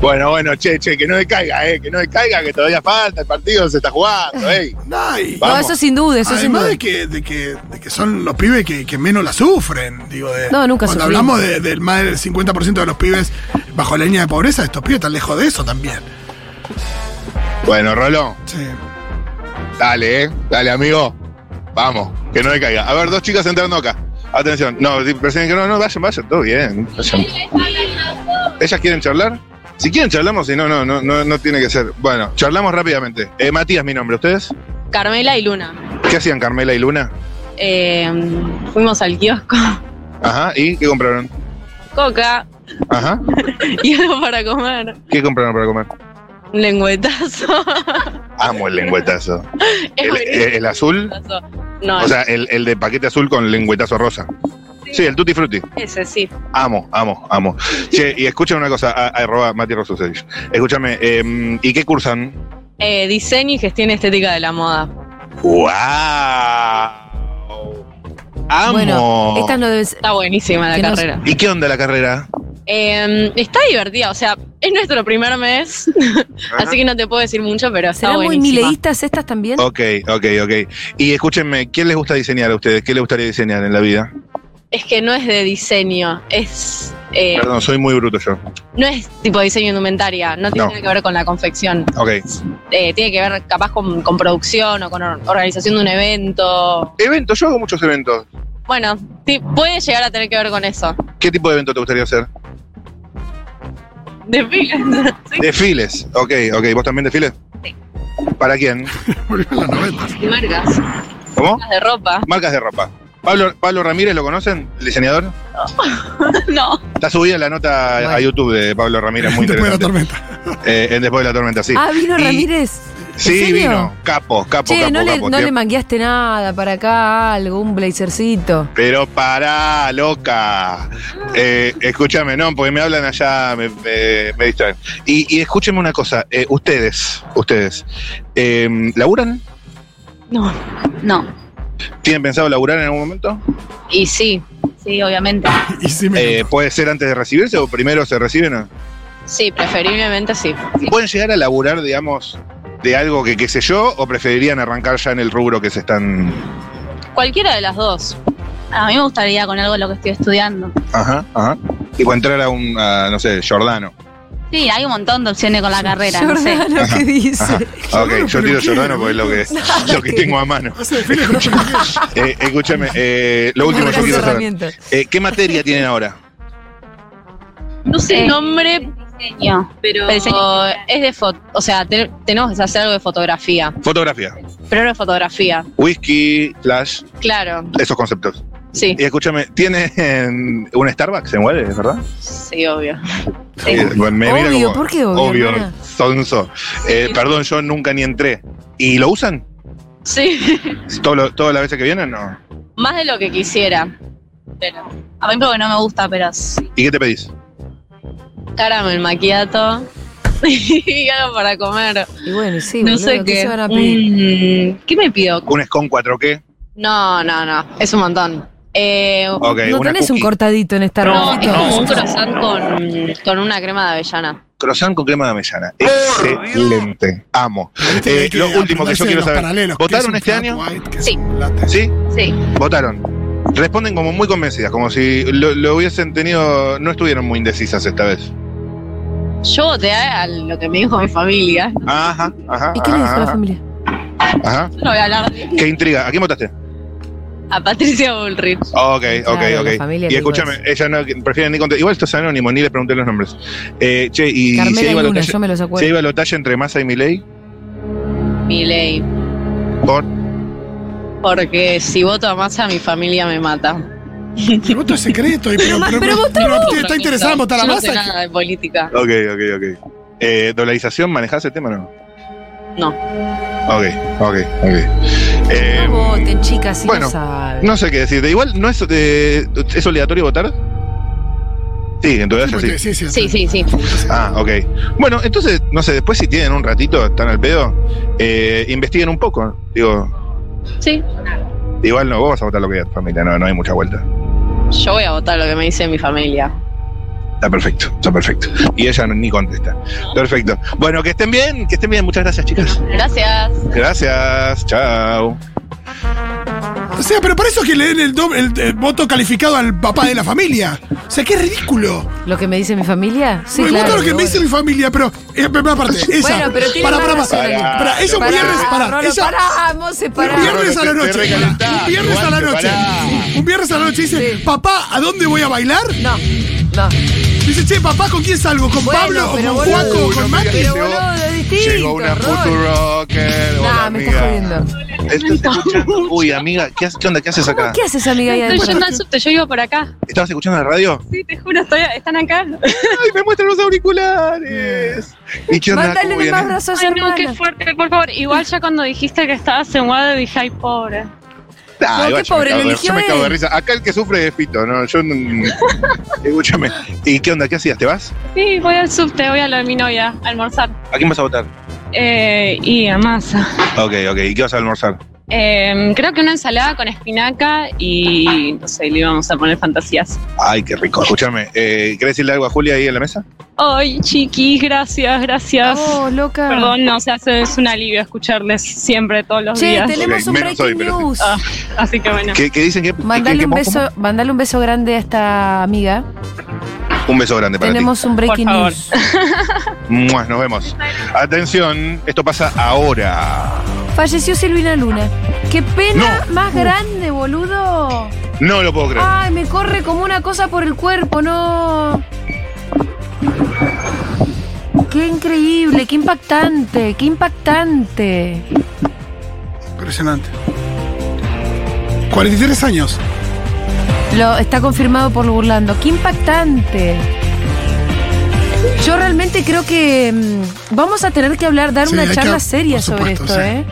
Speaker 15: Bueno, bueno, che, che, que no decaiga, ¿eh? Que no decaiga, que todavía falta, el partido se está jugando, ¿eh?
Speaker 2: nah, y-
Speaker 15: Vamos.
Speaker 1: eso sin duda, eso
Speaker 2: Además
Speaker 1: sin duda.
Speaker 2: De, que, de, que, de que son los pibes que, que menos la sufren, digo. De,
Speaker 1: No, nunca
Speaker 2: Cuando
Speaker 1: sufrimos.
Speaker 2: hablamos de- del más del 50% de los pibes bajo la línea de pobreza, estos pibes están lejos de eso también.
Speaker 15: Bueno, Rolo,
Speaker 2: Sí.
Speaker 15: dale, ¿eh? Dale, amigo. Vamos, que no decaiga. A ver, dos chicas entrando acá. Atención. No, di- recién que no, no, vayan, vayan, todo bien. vayan. ¿Ellas quieren charlar? Si quieren charlamos, si no, no, no, no, no tiene que ser. Bueno, charlamos rápidamente. Eh, Matías, mi nombre, ¿ustedes?
Speaker 17: Carmela y Luna.
Speaker 15: ¿Qué hacían Carmela y Luna?
Speaker 17: Eh, fuimos al kiosco.
Speaker 15: Ajá, ¿y qué compraron?
Speaker 17: Coca
Speaker 15: Ajá,
Speaker 17: y algo para comer.
Speaker 15: ¿qué compraron para comer?
Speaker 17: Un lengüetazo.
Speaker 15: Amo el lengüetazo.
Speaker 17: Es
Speaker 15: ¿El, el- el azul?
Speaker 17: buenísimo. No,
Speaker 15: O sea, el, el de paquete azul con lengüetazo rosa. Sí, el Tutti Frutti.
Speaker 17: ese sí.
Speaker 15: Amo, amo, amo. Che, y escuchen una cosa, a- arroba Mati Rosusevich. Escúchame, em, ¿y qué cursan?
Speaker 17: Eh, diseño y gestión estética de la moda.
Speaker 15: ¡Wow! ¡Amo!
Speaker 1: Bueno, esta no debe ser.
Speaker 17: Está buenísima la
Speaker 1: Que no-
Speaker 17: carrera.
Speaker 15: ¿Y qué onda la carrera?
Speaker 17: Eh, está divertida, o sea, es nuestro primer mes, así que no te puedo decir mucho, pero está
Speaker 1: ¿Serán muy
Speaker 17: buenísima.
Speaker 1: mileístas estas también?
Speaker 15: Ok, ok, ok. Y escúchenme, ¿quién les gusta diseñar a ustedes? ¿Qué les gustaría diseñar en la vida?
Speaker 17: Es que no es de diseño, es eh,
Speaker 15: Perdón, soy muy bruto yo.
Speaker 17: no es tipo diseño de indumentaria, no tiene
Speaker 15: No.
Speaker 17: nada que ver con la confección.
Speaker 15: Ok.
Speaker 17: Eh, tiene que ver capaz con, con producción o con or- organización de un evento.
Speaker 15: Eventos, yo hago muchos eventos.
Speaker 17: Bueno, ti- puede llegar a tener que ver con eso.
Speaker 15: ¿Qué tipo de evento te gustaría hacer?
Speaker 17: De pica.
Speaker 15: Desfiles. Ok, ok. ¿Vos también desfiles?
Speaker 17: Sí.
Speaker 15: ¿Para quién?
Speaker 17: Y marcas,
Speaker 15: ¿Cómo?
Speaker 17: marcas de ropa.
Speaker 15: Marcas de ropa. Pablo, Pablo Ramírez, ¿lo conocen? ¿El diseñador?
Speaker 17: no.
Speaker 15: Está subida la nota a YouTube de Pablo Ramírez, muy
Speaker 2: Después de la
Speaker 15: interesante.
Speaker 2: tormenta.
Speaker 15: Eh, en Después de la tormenta, sí.
Speaker 1: Ah, vino
Speaker 15: Y-
Speaker 1: Ramírez. ¿En
Speaker 15: Sí,
Speaker 1: serio?
Speaker 15: vino. Capo, capo,
Speaker 1: Che,
Speaker 15: capo,
Speaker 1: no, le,
Speaker 15: capo.
Speaker 1: no
Speaker 15: Te-
Speaker 1: le mangueaste nada para acá, algo, un blazercito.
Speaker 15: Pero pará, loca.
Speaker 17: Ah.
Speaker 15: Eh, escúchame, no, porque me hablan allá, me, me- me distraen. Y, y escúcheme una cosa, eh, ustedes, ustedes, eh, ¿laburan?
Speaker 17: No, no.
Speaker 15: ¿Tienen pensado laburar en algún momento?
Speaker 17: Y sí, sí, obviamente.
Speaker 15: Eh, ¿Puede ser antes de recibirse o primero se reciben? o-
Speaker 17: Sí, preferiblemente sí.
Speaker 15: ¿Pueden llegar a laburar, digamos, de algo que qué sé yo o preferirían arrancar ya en el rubro que se están...
Speaker 17: Cualquiera de las dos. A mí me gustaría con algo de lo que estoy estudiando.
Speaker 15: Ajá, ajá. Tipo entrar a un, a, no sé, Jordano.
Speaker 21: Sí, hay un montón de opciones con la carrera. No sé.
Speaker 1: Jordano, ¿qué dice?
Speaker 15: Ah, Ok, yo tiro Jordano porque es lo que, lo que tengo a mano. Eh, escúchame, eh, lo último yo
Speaker 1: Marcas
Speaker 15: quiero saber.
Speaker 1: herramientas.
Speaker 15: Eh, ¿Qué materia tienen ahora?
Speaker 17: No sé
Speaker 21: Eh,
Speaker 17: el nombre,
Speaker 21: diseño.
Speaker 17: pero
Speaker 21: Pero diseño.
Speaker 17: es de foto. O sea, te- tenemos que hacer algo de fotografía.
Speaker 15: Fotografía.
Speaker 17: Pero no es fotografía.
Speaker 15: Whisky, flash,
Speaker 17: Claro,
Speaker 15: esos conceptos.
Speaker 17: sí,
Speaker 15: Y escúchame, ¿tienen un Starbucks en Wales, verdad?
Speaker 17: sí, obvio.
Speaker 15: Sí, bueno, me mira
Speaker 17: Obvio,
Speaker 15: como-
Speaker 17: ¿por qué obvio, hermana?
Speaker 15: sonso. Eh, perdón, yo nunca ni entré. ¿Y lo usan?
Speaker 17: Sí,
Speaker 15: ¿Todo lo- ¿Todas las veces que vienen? No.
Speaker 17: más de lo que quisiera. Pero, a mí porque no me gusta, pero sí.
Speaker 15: ¿Y qué te pedís?
Speaker 17: Caramel maquiato. y algo para comer.
Speaker 1: Y bueno, y sí,
Speaker 17: no
Speaker 1: boludo,
Speaker 17: sé
Speaker 1: ¿qué
Speaker 17: qué.
Speaker 1: se van a pedir?
Speaker 17: Mm, ¿Qué me pido?
Speaker 15: ¿Un scone 4K?
Speaker 17: No, no, no. Es un montón. Eh,
Speaker 15: Ok,
Speaker 1: no
Speaker 15: una
Speaker 1: tenés un
Speaker 15: cookie.
Speaker 1: cortadito en este esta
Speaker 17: No,
Speaker 1: rosita.
Speaker 17: es como un croissant con, con una crema de avellana.
Speaker 15: Croissant con crema de avellana. Excelente. Amo. Eh,
Speaker 2: que
Speaker 15: lo último que
Speaker 2: aprenderse
Speaker 15: yo quiero
Speaker 2: los
Speaker 15: saber.
Speaker 2: paralelos, que es
Speaker 15: ¿Votaron
Speaker 2: un
Speaker 15: este
Speaker 2: flat
Speaker 15: año?
Speaker 17: Sí,
Speaker 15: ¿Sí?
Speaker 17: sí.
Speaker 15: Votaron. Responden como muy convencidas, como si lo, lo hubiesen tenido. No estuvieron muy indecisas esta vez.
Speaker 17: Yo voté a a lo que me dijo mi familia.
Speaker 15: Ajá, ajá.
Speaker 17: ¿Y qué le dijo
Speaker 1: Ah.
Speaker 15: ajá,
Speaker 17: la familia?
Speaker 15: Ajá.
Speaker 17: Yo no voy a hablar de-
Speaker 15: Qué intriga. ¿A quién votaste?
Speaker 17: a Patricia Bullrich.
Speaker 15: Ok, ok,
Speaker 17: Claro, la
Speaker 15: ok.
Speaker 17: familia
Speaker 15: Y
Speaker 17: le
Speaker 15: escúchame, ella no prefiere ni contestar. Igual esto es anónimo, ni le pregunté los nombres. Eh, che, y
Speaker 1: Carmela
Speaker 15: si hay
Speaker 1: y Luna,
Speaker 15: balotaje-
Speaker 1: yo me los acuerdo.
Speaker 15: si hay balotaje entre Massa y Milei,
Speaker 17: Milei.
Speaker 15: por.
Speaker 17: Porque si voto a Massa, mi familia me mata.
Speaker 2: El voto es secreto. Y, pero,
Speaker 17: más-
Speaker 2: pero,
Speaker 17: pero votá
Speaker 2: pero
Speaker 17: vos.
Speaker 2: ¿Está interesada en votar a
Speaker 17: Yo
Speaker 2: la
Speaker 17: no sé
Speaker 2: masa?
Speaker 17: nada de política.
Speaker 15: Ok, ok, ok. Eh, ¿Dolarización? ¿Manejás el tema o no?
Speaker 17: No.
Speaker 15: Ok, ok, ok. Eh,
Speaker 1: No voten, chicas, si
Speaker 15: bueno,
Speaker 1: no saben.
Speaker 15: no sé qué decirte. Igual, ¿no es, eh, ¿es obligatorio votar? Sí, en tu edad ya sí.
Speaker 17: Sí, sí, sí.
Speaker 15: Ah, ok. Bueno, entonces, no sé, después si tienen un ratito, están al pedo, eh, investiguen un poco. Digo,
Speaker 17: Sí.
Speaker 15: igual no, vos vas a votar lo que diga tu familia, no, no hay mucha vuelta.
Speaker 17: Yo voy a votar lo que me dice mi familia.
Speaker 15: Está perfecto, está perfecto. Y ella no- ni contesta. Perfecto. Bueno, que estén bien, que estén bien. Muchas gracias, chicas.
Speaker 17: Gracias.
Speaker 15: Gracias, chao.
Speaker 2: O sea, pero para eso es que le den el, doble- el- el voto calificado al papá de la familia. O sea, qué ridículo.
Speaker 1: ¿Lo que me dice mi familia? Sí,
Speaker 2: me
Speaker 1: claro.
Speaker 2: gusta lo que me dice mi familia, pero. Eh, primera parte, esa.
Speaker 1: Bueno, pero tiene
Speaker 2: para,
Speaker 1: más
Speaker 2: para, para,
Speaker 1: razón
Speaker 2: para,
Speaker 1: ahí.
Speaker 2: para, Ella un
Speaker 1: Pará,
Speaker 2: viernes, para.
Speaker 1: Rolo,
Speaker 2: ella,
Speaker 1: pará, Monse, pará.
Speaker 2: Un viernes a la
Speaker 1: Rolo, te
Speaker 2: noche.
Speaker 1: recalentás,
Speaker 2: Un viernes a la
Speaker 1: igual que
Speaker 2: noche. Un viernes a la noche dice, papá, ¿a dónde voy a bailar?
Speaker 1: No, no.
Speaker 2: Dice, che, papá, ¿con quién salgo? ¿Con
Speaker 1: Bueno,
Speaker 2: Pablo o con
Speaker 1: pero boludo,
Speaker 2: Juaco o
Speaker 1: pero
Speaker 2: con Mati?
Speaker 1: boludo, es distinto,
Speaker 15: Llegó una
Speaker 1: Rolo.
Speaker 15: Futurocker.
Speaker 1: Nah,
Speaker 15: Hola,
Speaker 1: me estás
Speaker 15: amiga.
Speaker 1: jodiendo.
Speaker 15: Esto está escuchando. Uy, amiga, ¿qué, haces- qué onda? ¿Qué haces acá?
Speaker 1: ¿Qué haces, amiga? ahí
Speaker 17: Estoy
Speaker 1: adentro?
Speaker 17: yendo al subte, yo vivo por acá.
Speaker 15: ¿Estabas escuchando la radio?
Speaker 17: Sí, te juro, estoy, están acá.
Speaker 15: ¡Ay, me muestran los auriculares! ¿Y qué onda?
Speaker 1: Mándale
Speaker 15: ¿Cómo viene?
Speaker 1: nomás brazos,
Speaker 22: Ay, no,
Speaker 1: hermana.
Speaker 22: qué fuerte, por favor. Igual ya cuando dijiste que estabas en Wade dije, ay, pobre.
Speaker 15: Ah,
Speaker 1: No,
Speaker 15: igual
Speaker 1: qué
Speaker 15: yo me
Speaker 1: pobre,
Speaker 15: cago
Speaker 1: lo
Speaker 15: de-
Speaker 1: eligió
Speaker 15: Yo me cago de
Speaker 1: él.
Speaker 15: risa. Acá el que sufre es Fito, ¿no? Yo. no- Escúchame. ¿Y qué onda? ¿Qué hacías? ¿Te vas?
Speaker 22: Sí, voy al subte, voy a lo de mi novia, a almorzar.
Speaker 15: ¿A quién vas a votar?
Speaker 22: Eh, y a masa.
Speaker 15: Ok, ok. ¿Y qué vas a almorzar?
Speaker 22: Eh, creo que una ensalada con espinaca y no sé, le íbamos a poner fantasías.
Speaker 15: Ay, qué rico. Escúchame. Eh, ¿Querés decirle algo a Julia ahí en la mesa?
Speaker 22: Ay, chiquis, gracias, gracias.
Speaker 1: Oh, loca.
Speaker 22: Perdón, no, se hace, es un alivio escucharles siempre, todos los
Speaker 1: Che,
Speaker 22: días.
Speaker 1: tenemos
Speaker 15: Ok,
Speaker 1: un
Speaker 15: menos
Speaker 1: breaking
Speaker 15: hoy, pero sí.
Speaker 1: news.
Speaker 22: Ah, así que bueno.
Speaker 15: ¿Qué, qué dicen? ¿Qué,
Speaker 1: Mandale
Speaker 15: qué-
Speaker 1: un
Speaker 15: qué-
Speaker 1: beso, mandale un beso grande a esta amiga.
Speaker 15: Un beso grande para
Speaker 1: Tenemos
Speaker 15: ti.
Speaker 1: un breaking news.
Speaker 15: Mua, Nos vemos. Atención, esto pasa ahora.
Speaker 1: Falleció Silvina Luna. Qué pena más grande, boludo.
Speaker 15: No lo puedo creer.
Speaker 1: Ay, me corre como una cosa por el cuerpo, no. Qué increíble, qué impactante, qué impactante.
Speaker 2: Impresionante. 43 años.
Speaker 1: Lo está confirmado por lo burlando. Qué impactante. Yo realmente creo que mm, vamos a tener que hablar, dar
Speaker 2: Sí, hay
Speaker 1: una
Speaker 2: que-
Speaker 1: charla
Speaker 2: por
Speaker 1: seria sobre
Speaker 2: supuesto,
Speaker 1: esto,
Speaker 2: sí.
Speaker 1: ¿eh?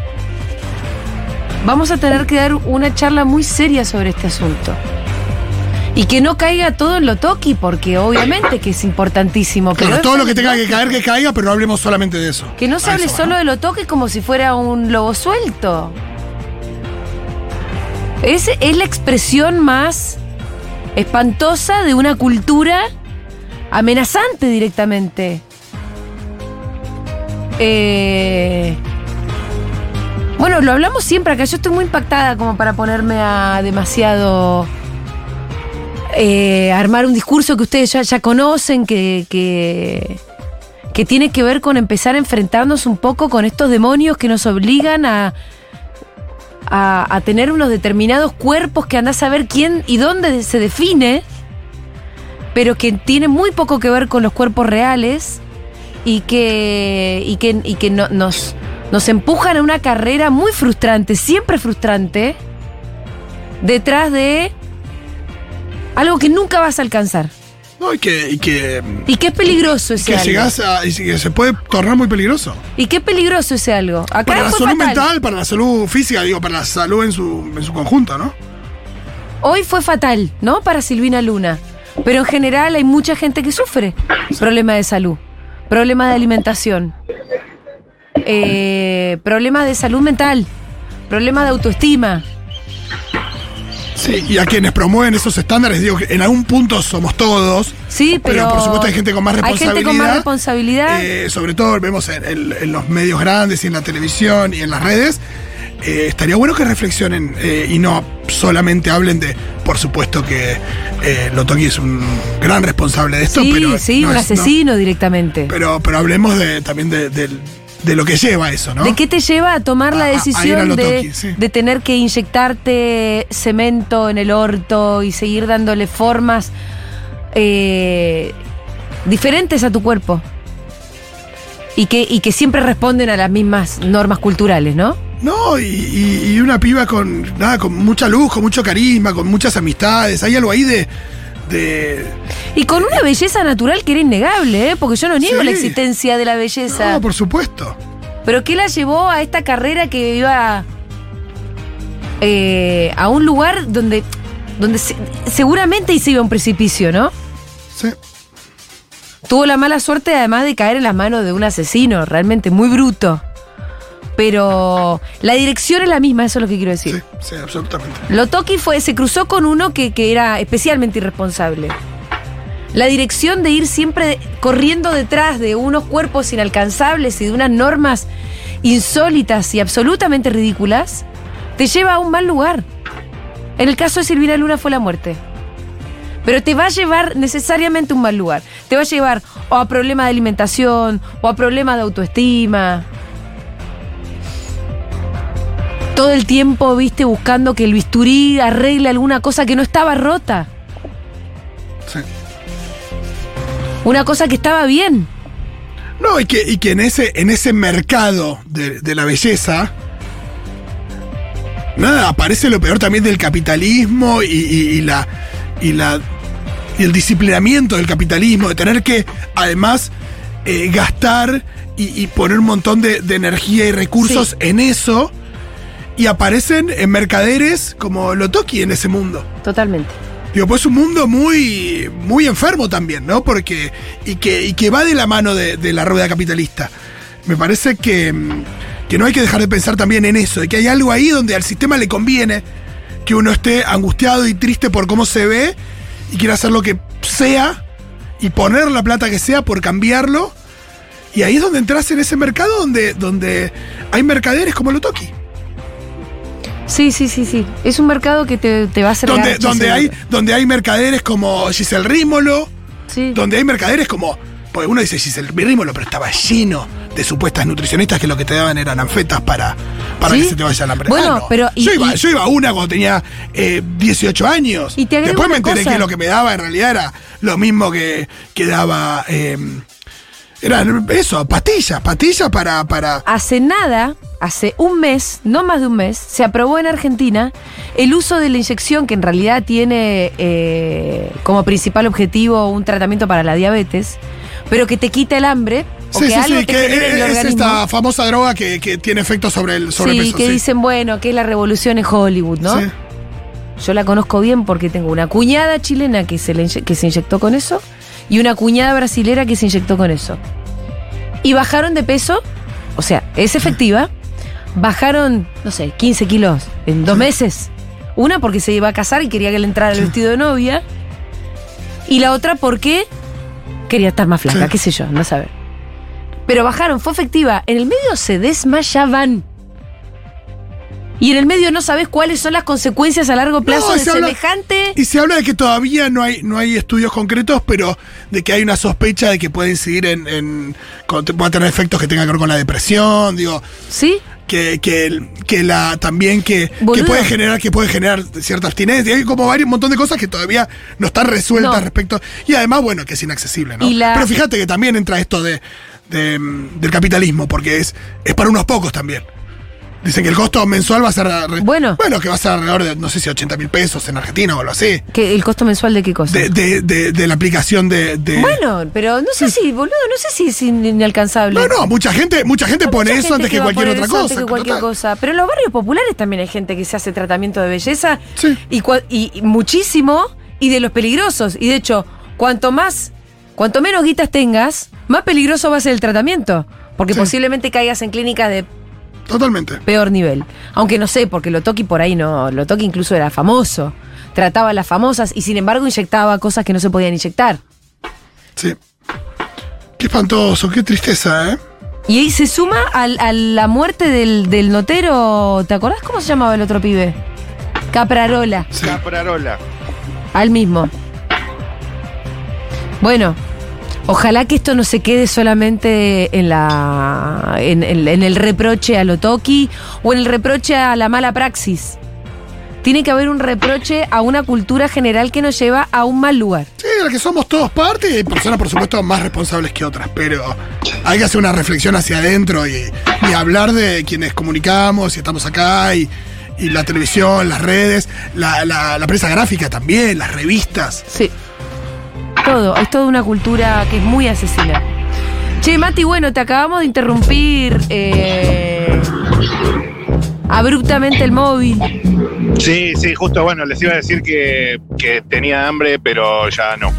Speaker 1: Vamos a tener que dar una charla muy seria sobre este asunto. Y que no caiga todo en lo toqui, porque obviamente que es importantísimo. Pero
Speaker 2: Claro,
Speaker 1: es
Speaker 2: todo lo que
Speaker 1: un-
Speaker 2: tenga que caer, que caiga, pero no hablemos solamente de eso.
Speaker 1: que no se
Speaker 2: A
Speaker 1: hable
Speaker 2: Ah, eso
Speaker 1: solo de lo toque como si fuera un lobo suelto. Es, es la expresión más espantosa de una cultura amenazante directamente. Eh, bueno, lo hablamos siempre acá. Yo estoy muy impactada como para ponerme a demasiado eh, armar un discurso que ustedes ya, ya conocen, que, que, que tiene que ver con empezar a enfrentarnos un poco con estos demonios que nos obligan a, a, a tener unos determinados cuerpos que andás a ver quién y dónde se define, pero que tiene muy poco que ver con los cuerpos reales y que, y que, y que no- nos, nos empujan a una carrera muy frustrante, siempre frustrante, detrás de algo que nunca vas a alcanzar.
Speaker 2: No, y que. Y que,
Speaker 1: Y qué peligroso ese
Speaker 2: que
Speaker 1: algo.
Speaker 2: llegás a. Y que se puede tornar muy peligroso.
Speaker 1: Y qué peligroso ese algo. Acá
Speaker 2: Para la
Speaker 1: fue
Speaker 2: salud
Speaker 1: fatal.
Speaker 2: mental, para la salud física, digo, para la salud en su, en su conjunto, ¿no?
Speaker 1: Hoy fue fatal, ¿no? Para Silvina Luna. Pero en general hay mucha gente que sufre problemas de salud, problemas de alimentación, eh, problemas de salud mental, problemas de autoestima.
Speaker 2: Sí, y a quienes promueven esos estándares, digo, que en algún punto somos todos.
Speaker 1: Sí, pero,
Speaker 2: por supuesto hay gente con más responsabilidad.
Speaker 1: Hay gente con más responsabilidad.
Speaker 2: Eh, sobre todo vemos en, en- en los medios grandes y en la televisión y en las redes. eh, estaría bueno que reflexionen eh, y no solamente hablen de, por supuesto que eh, Lotoki es un gran responsable de esto,
Speaker 1: sí,
Speaker 2: pero
Speaker 1: sí,
Speaker 2: no
Speaker 1: un
Speaker 2: es- no-
Speaker 1: asesino directamente.
Speaker 2: pero, pero hablemos de, también de, del- de lo que lleva eso, ¿no? Ah,
Speaker 1: ¿De qué te lleva a tomar
Speaker 2: a-
Speaker 1: la
Speaker 2: a ir a
Speaker 1: decisión
Speaker 2: lo
Speaker 1: de,
Speaker 2: toqui, sí.
Speaker 1: de tener que inyectarte cemento en el orto y seguir dándole formas eh, diferentes a tu cuerpo? Y que, y que siempre responden a las mismas normas culturales, ¿no?
Speaker 2: No, y, y- y una piba con nada, con mucha luz, con mucho carisma, con muchas amistades. Hay algo ahí de. de
Speaker 1: Y con una belleza natural que era innegable, ¿eh? porque yo no niego
Speaker 2: Sí.
Speaker 1: la existencia de la belleza.
Speaker 2: no, por supuesto.
Speaker 1: ¿Pero qué la llevó a esta carrera que iba eh, a un lugar donde, donde se- seguramente y se iba a un precipicio, ¿no?
Speaker 2: Sí.
Speaker 1: Tuvo la mala suerte además de caer en las manos de un asesino, realmente muy bruto. Pero la dirección es la misma, eso es lo que quiero decir.
Speaker 2: Sí, absolutamente.
Speaker 1: Lotoki fue, se cruzó con uno que, que era especialmente irresponsable. La dirección de ir siempre corriendo detrás de unos cuerpos inalcanzables y de unas normas insólitas y absolutamente ridículas te lleva a un mal lugar. En el caso de Silvina Luna fue la muerte. Pero te va a llevar necesariamente a un mal lugar. Te va a llevar o a problemas de alimentación o a problemas de autoestima todo el tiempo, viste, buscando que el bisturí arregle alguna cosa que no estaba rota.
Speaker 2: Sí.
Speaker 1: Una cosa que estaba bien.
Speaker 2: No, y que, y que en ese, en ese mercado de, de la belleza. Nada, aparece lo peor también del capitalismo y, y- y la. y la. y el disciplinamiento del capitalismo, de tener que además eh, gastar y, y poner un montón de, de energía y recursos en eso. Y aparecen eh, mercaderes como Lotoki en ese mundo.
Speaker 1: Totalmente.
Speaker 2: Digo, pues es un mundo muy, muy enfermo también, ¿no? Porque. Y que, y que va de la mano de, de la rueda capitalista. Me parece que, mm, que no hay que dejar de pensar también en eso, de que hay algo ahí donde al sistema le conviene que uno esté angustiado y triste por cómo se ve y quiera hacer lo que sea y poner la plata que sea por cambiarlo. Y ahí es donde entras en ese mercado donde, donde hay mercaderes como Lotoki.
Speaker 1: Sí, sí, sí, sí. Es un mercado que te, te va a hacer
Speaker 2: donde,
Speaker 1: garcha,
Speaker 2: donde,
Speaker 1: seguro.
Speaker 2: hay, donde hay mercaderes como Giselle Rímolo,
Speaker 1: Sí.
Speaker 2: donde hay mercaderes como. Porque uno dice Giselle Rímolo, pero estaba lleno de supuestas nutricionistas que lo que te daban eran anfetas para, para
Speaker 1: ¿Sí?
Speaker 2: que se te vaya el hambre.
Speaker 1: Bueno,
Speaker 2: Ah, no.
Speaker 1: pero y-
Speaker 2: yo, iba,
Speaker 1: y-
Speaker 2: yo iba a una cuando tenía eh, 18 años.
Speaker 1: Y te agrego
Speaker 2: Después
Speaker 1: una
Speaker 2: me enteré
Speaker 1: cosa.
Speaker 2: que lo que me daba en realidad era lo mismo que, que daba. eh, eran eso, pastillas, pastillas para. para
Speaker 1: Hace nada, hace un mes, no más de un mes, se aprobó en Argentina el uso de la inyección que en realidad tiene eh, como principal objetivo un tratamiento para la diabetes, pero que te quita el hambre. o
Speaker 2: sí,
Speaker 1: que
Speaker 2: sí,
Speaker 1: Ah, algo
Speaker 2: sí,
Speaker 1: te
Speaker 2: que
Speaker 1: genere en el
Speaker 2: es
Speaker 1: organismo.
Speaker 2: esta famosa droga que, que tiene efecto sobre el sobrepeso.
Speaker 1: Sí, que
Speaker 2: sí.
Speaker 1: dicen, bueno, que es la revolución en Hollywood, ¿no?
Speaker 2: Sí.
Speaker 1: Yo la conozco bien porque tengo una cuñada chilena que se, le inye- que se inyectó con eso y una cuñada brasilera que se inyectó con eso. Y bajaron de peso, o sea, es efectiva, bajaron, no sé, 15 kilos en dos meses. Una porque se iba a casar y quería que le entrara el vestido de novia. Y la otra porque quería estar más flaca, qué sé yo, no saber. Pero bajaron, fue efectiva. En el medio se desmayaban. y en el medio no sabes cuáles son las consecuencias a largo plazo
Speaker 2: No,
Speaker 1: de
Speaker 2: se habla-
Speaker 1: semejante.
Speaker 2: Y se habla de que todavía no hay, no hay estudios concretos, pero de que hay una sospecha de que puede incidir en. en con- te- pueda tener efectos que tengan que ver con la depresión, digo.
Speaker 1: ¿Sí?
Speaker 2: Que, que, el- que la también que, que
Speaker 1: Boludo.
Speaker 2: puede generar que puede generar cierta abstinencia hay como varios un montón de cosas que todavía no están resueltas
Speaker 1: No.
Speaker 2: respecto y además bueno que es inaccesible ¿no?
Speaker 1: Y la-
Speaker 2: pero fíjate que también entra esto de, de, mm, del capitalismo porque es es para unos pocos también dicen que el costo mensual va a ser arre-
Speaker 1: Bueno.
Speaker 2: bueno que va a ser alrededor de no sé si 80 mil pesos en Argentina o algo así
Speaker 1: ¿Qué- ¿El costo mensual de qué cosa?
Speaker 2: de, de, de, de la aplicación de. de-
Speaker 1: Bueno, pero no sé si, boludo, no sé si es in- inalcanzable.
Speaker 2: no, no, mucha gente, mucha gente pone
Speaker 1: Mucha
Speaker 2: eso
Speaker 1: gente
Speaker 2: antes que,
Speaker 1: va a
Speaker 2: cualquier
Speaker 1: poner
Speaker 2: otra
Speaker 1: eso
Speaker 2: cosa.
Speaker 1: antes que cualquier
Speaker 2: total.
Speaker 1: cosa. Pero en los barrios populares también hay gente que se hace tratamiento de belleza y, cua- y- y muchísimo y de los peligrosos. Y de hecho, cuanto más, cuanto menos guitas tengas, más peligroso va a ser el tratamiento. Porque posiblemente caigas en clínicas de
Speaker 2: Totalmente.
Speaker 1: peor nivel. Aunque no sé, porque lo toqui por ahí no. Lo toqui incluso era famoso. Trataba a las famosas y sin embargo inyectaba cosas que no se podían inyectar.
Speaker 2: Sí. Qué espantoso, qué tristeza, ¿eh?
Speaker 1: Y ahí se suma al- a la muerte del, del notero. ¿Te acordás cómo se llamaba el otro pibe? Caprarola.
Speaker 15: Caprarola.
Speaker 1: Al mismo. Bueno, ojalá que esto no se quede solamente en la. en, en- en el reproche a lo toqui o en el reproche a la mala praxis. Tiene que haber un reproche a una cultura general que nos lleva a un mal lugar.
Speaker 2: Sí, de la que somos todos parte y hay personas, por supuesto, más responsables que otras, pero hay que hacer una reflexión hacia adentro y, y hablar de quienes comunicamos y estamos acá y, y la televisión, las redes, la, la, la prensa gráfica también, las revistas.
Speaker 1: Sí. Todo, es toda una cultura que es muy asesina. Che, Mati, bueno, te acabamos de interrumpir eh, abruptamente el móvil.
Speaker 15: Sí, sí, justo, bueno, les iba a decir que, que tenía hambre, pero ya no.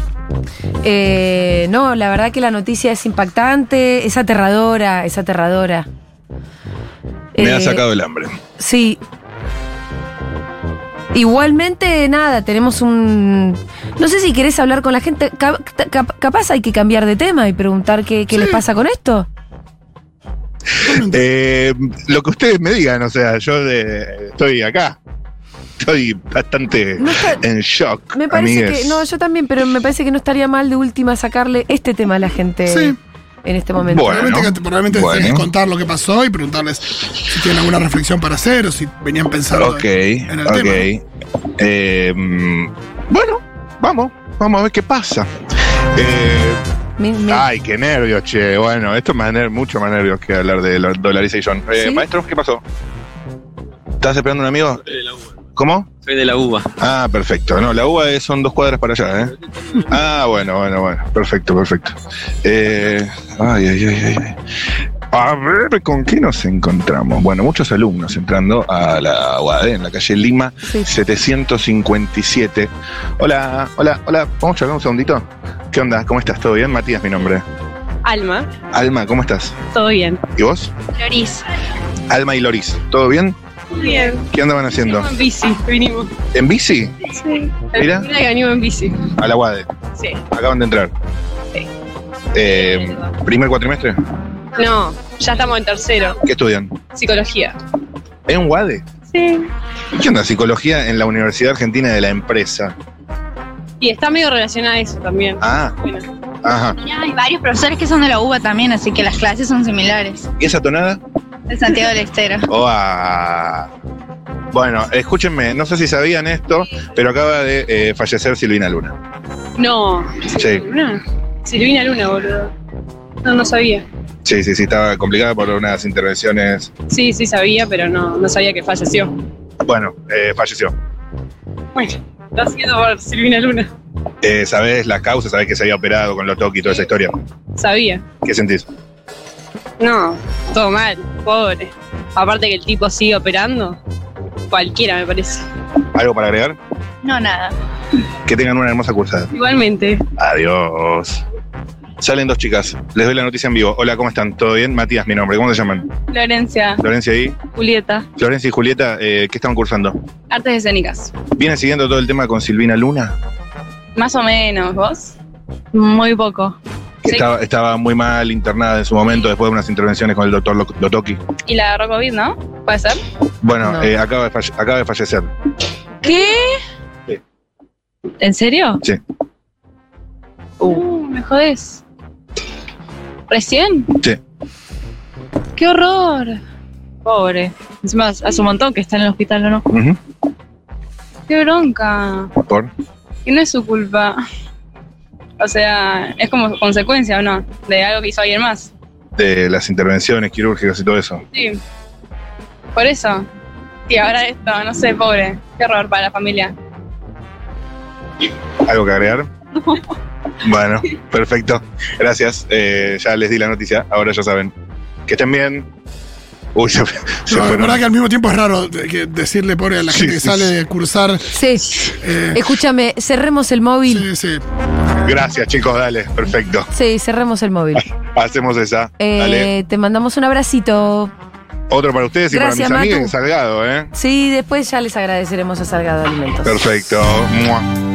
Speaker 1: Eh, no, la verdad que la noticia es impactante, es aterradora, es aterradora.
Speaker 15: Me ha
Speaker 1: Eh,
Speaker 15: sacado el hambre.
Speaker 1: Sí. Igualmente, nada, tenemos un... No sé si querés hablar con la gente, cap- cap- capaz hay que cambiar de tema y preguntar qué, qué les pasa con esto.
Speaker 15: Eh, lo que ustedes me digan, o sea, yo de- estoy acá. Estoy bastante
Speaker 1: No está-
Speaker 15: en shock.
Speaker 1: Me parece
Speaker 15: amigues.
Speaker 1: que. No, yo también, pero me parece que no estaría mal de última sacarle este tema a la gente
Speaker 2: Sí.
Speaker 1: en este momento.
Speaker 2: Probablemente, que- probablemente les
Speaker 15: Bueno.
Speaker 2: tenés que contar lo que pasó y preguntarles si tienen alguna reflexión para hacer o si venían pensando.
Speaker 15: Ok,
Speaker 2: el
Speaker 15: ok. Eh, mm, bueno, vamos, vamos a ver qué pasa. Eh, ay, qué nervios, che. Bueno, esto es más ner- mucho más nervios que hablar de la dolarization. Eh,
Speaker 18: ¿Sí?
Speaker 15: Maestro, ¿qué pasó? ¿Estás esperando un amigo? ¿Cómo?
Speaker 18: Soy de la uva.
Speaker 15: Ah, perfecto. No, la uva es- son dos cuadras para allá, ¿eh? Ah, bueno, bueno, bueno. Perfecto, perfecto. Eh, ay, ay, ay, ay. A ver, ¿con qué nos encontramos? Bueno, muchos alumnos entrando a la UAD en la calle Lima 757. Hola, hola, hola. ¿Vamos a charlar un segundito? ¿Qué onda? ¿Cómo estás? ¿Todo bien? Matías, mi nombre.
Speaker 22: Alma,
Speaker 15: Alma, ¿cómo estás?
Speaker 22: todo bien.
Speaker 15: ¿Y vos?
Speaker 22: Loris,
Speaker 15: Alma y Loris, ¿todo bien?
Speaker 22: muy bien.
Speaker 15: ¿Qué andaban haciendo?
Speaker 22: En bici, vinimos.
Speaker 15: ¿En bici?
Speaker 22: Sí.
Speaker 15: Mira.
Speaker 22: La primera que venimos en bici.
Speaker 15: A la UAD.
Speaker 22: Sí.
Speaker 15: Acaban de entrar.
Speaker 22: Sí.
Speaker 15: Eh, ¿Primer cuatrimestre?
Speaker 22: No, ya estamos en tercero.
Speaker 15: ¿Qué estudian?
Speaker 22: Psicología.
Speaker 15: ¿En UADE?
Speaker 22: Sí.
Speaker 15: ¿Y qué onda? Psicología en la Universidad Argentina de la Empresa.
Speaker 22: Y está medio relacionada a eso también.
Speaker 15: Ah,
Speaker 22: Bueno.
Speaker 15: ajá.
Speaker 21: Ya hay varios profesores que son de la UBA también, así que las clases son similares.
Speaker 15: ¿Y esa tonada?
Speaker 21: De Santiago del Estero.
Speaker 15: Oh, ah. Bueno, escúchenme, no sé si sabían esto, pero acaba de eh, fallecer Silvina Luna.
Speaker 22: No.
Speaker 15: Sí,
Speaker 22: Luna. Silvina Luna, boludo. No, no sabía.
Speaker 15: sí, sí, sí, estaba complicada por unas intervenciones.
Speaker 22: Sí, sí sabía, pero no, no sabía que falleció.
Speaker 15: Bueno, eh, falleció.
Speaker 22: Bueno, está haciendo por Silvina Luna.
Speaker 15: Eh, ¿Sabés las causas? ¿Sabés que se había operado con los toques y toda esa historia?
Speaker 22: Sabía.
Speaker 15: ¿Qué sentís?
Speaker 22: No, todo mal, pobre. Aparte que el tipo sigue operando, cualquiera me parece.
Speaker 15: ¿Algo para agregar?
Speaker 22: No, nada.
Speaker 15: Que tengan una hermosa cursada.
Speaker 22: Igualmente.
Speaker 15: Adiós. Salen dos chicas. Les doy la noticia en vivo. Hola, ¿cómo están? ¿Todo bien? Matías, mi nombre. ¿Cómo se llaman?
Speaker 21: Florencia,
Speaker 15: Florencia y
Speaker 21: Julieta,
Speaker 15: Florencia y Julieta, eh, ¿qué están cursando?
Speaker 21: artes escénicas.
Speaker 15: ¿Viene siguiendo todo el tema con Silvina Luna?
Speaker 21: Más o menos, ¿vos? Muy poco.
Speaker 15: Que estaba, estaba muy mal internada en su momento después de unas intervenciones con el doctor Lo- Lotoki.
Speaker 21: Y la agarró COVID, ¿no? ¿Puede ser?
Speaker 15: Bueno,
Speaker 22: No.
Speaker 15: eh, acaba, de falle- acaba de fallecer.
Speaker 22: ¿Qué?
Speaker 15: Sí.
Speaker 22: ¿En serio?
Speaker 15: Sí.
Speaker 22: Uh, me jodes. ¿Recién?
Speaker 15: Sí.
Speaker 22: ¡Qué horror! Pobre. Encima hace un montón que está en el hospital, ¿o no?
Speaker 15: Ujú.
Speaker 22: ¡Qué bronca!
Speaker 15: Por-
Speaker 22: Y no es su culpa. O sea, es como consecuencia, ¿o no? De algo que hizo alguien más.
Speaker 15: De las intervenciones quirúrgicas y todo eso.
Speaker 22: Sí. Por eso. Y ahora esto, no sé, pobre. Qué horror para la familia.
Speaker 15: ¿Algo que agregar? Bueno, perfecto. Gracias. Eh, ya les di la noticia. Ahora ya saben. Que estén bien. Uy, se, se
Speaker 2: No, la
Speaker 15: fueron.
Speaker 2: verdad que al mismo tiempo es raro de- que decirle pobre a la gente que sale de cursar. eh,
Speaker 1: Sí. Escúchame, cerremos el móvil.
Speaker 2: Sí, sí.
Speaker 15: Gracias, chicos. Dale, perfecto.
Speaker 1: cerremos el móvil.
Speaker 15: Ah, Hacemos esa.
Speaker 1: Eh,
Speaker 15: Dale.
Speaker 1: te mandamos un abracito.
Speaker 15: Otro para ustedes y
Speaker 1: gracias,
Speaker 15: para mis
Speaker 1: Matu.
Speaker 15: amigos en Salgado, ¿eh?
Speaker 1: Sí, después ya les agradeceremos a Salgado Alimentos.
Speaker 15: Perfecto. Mua.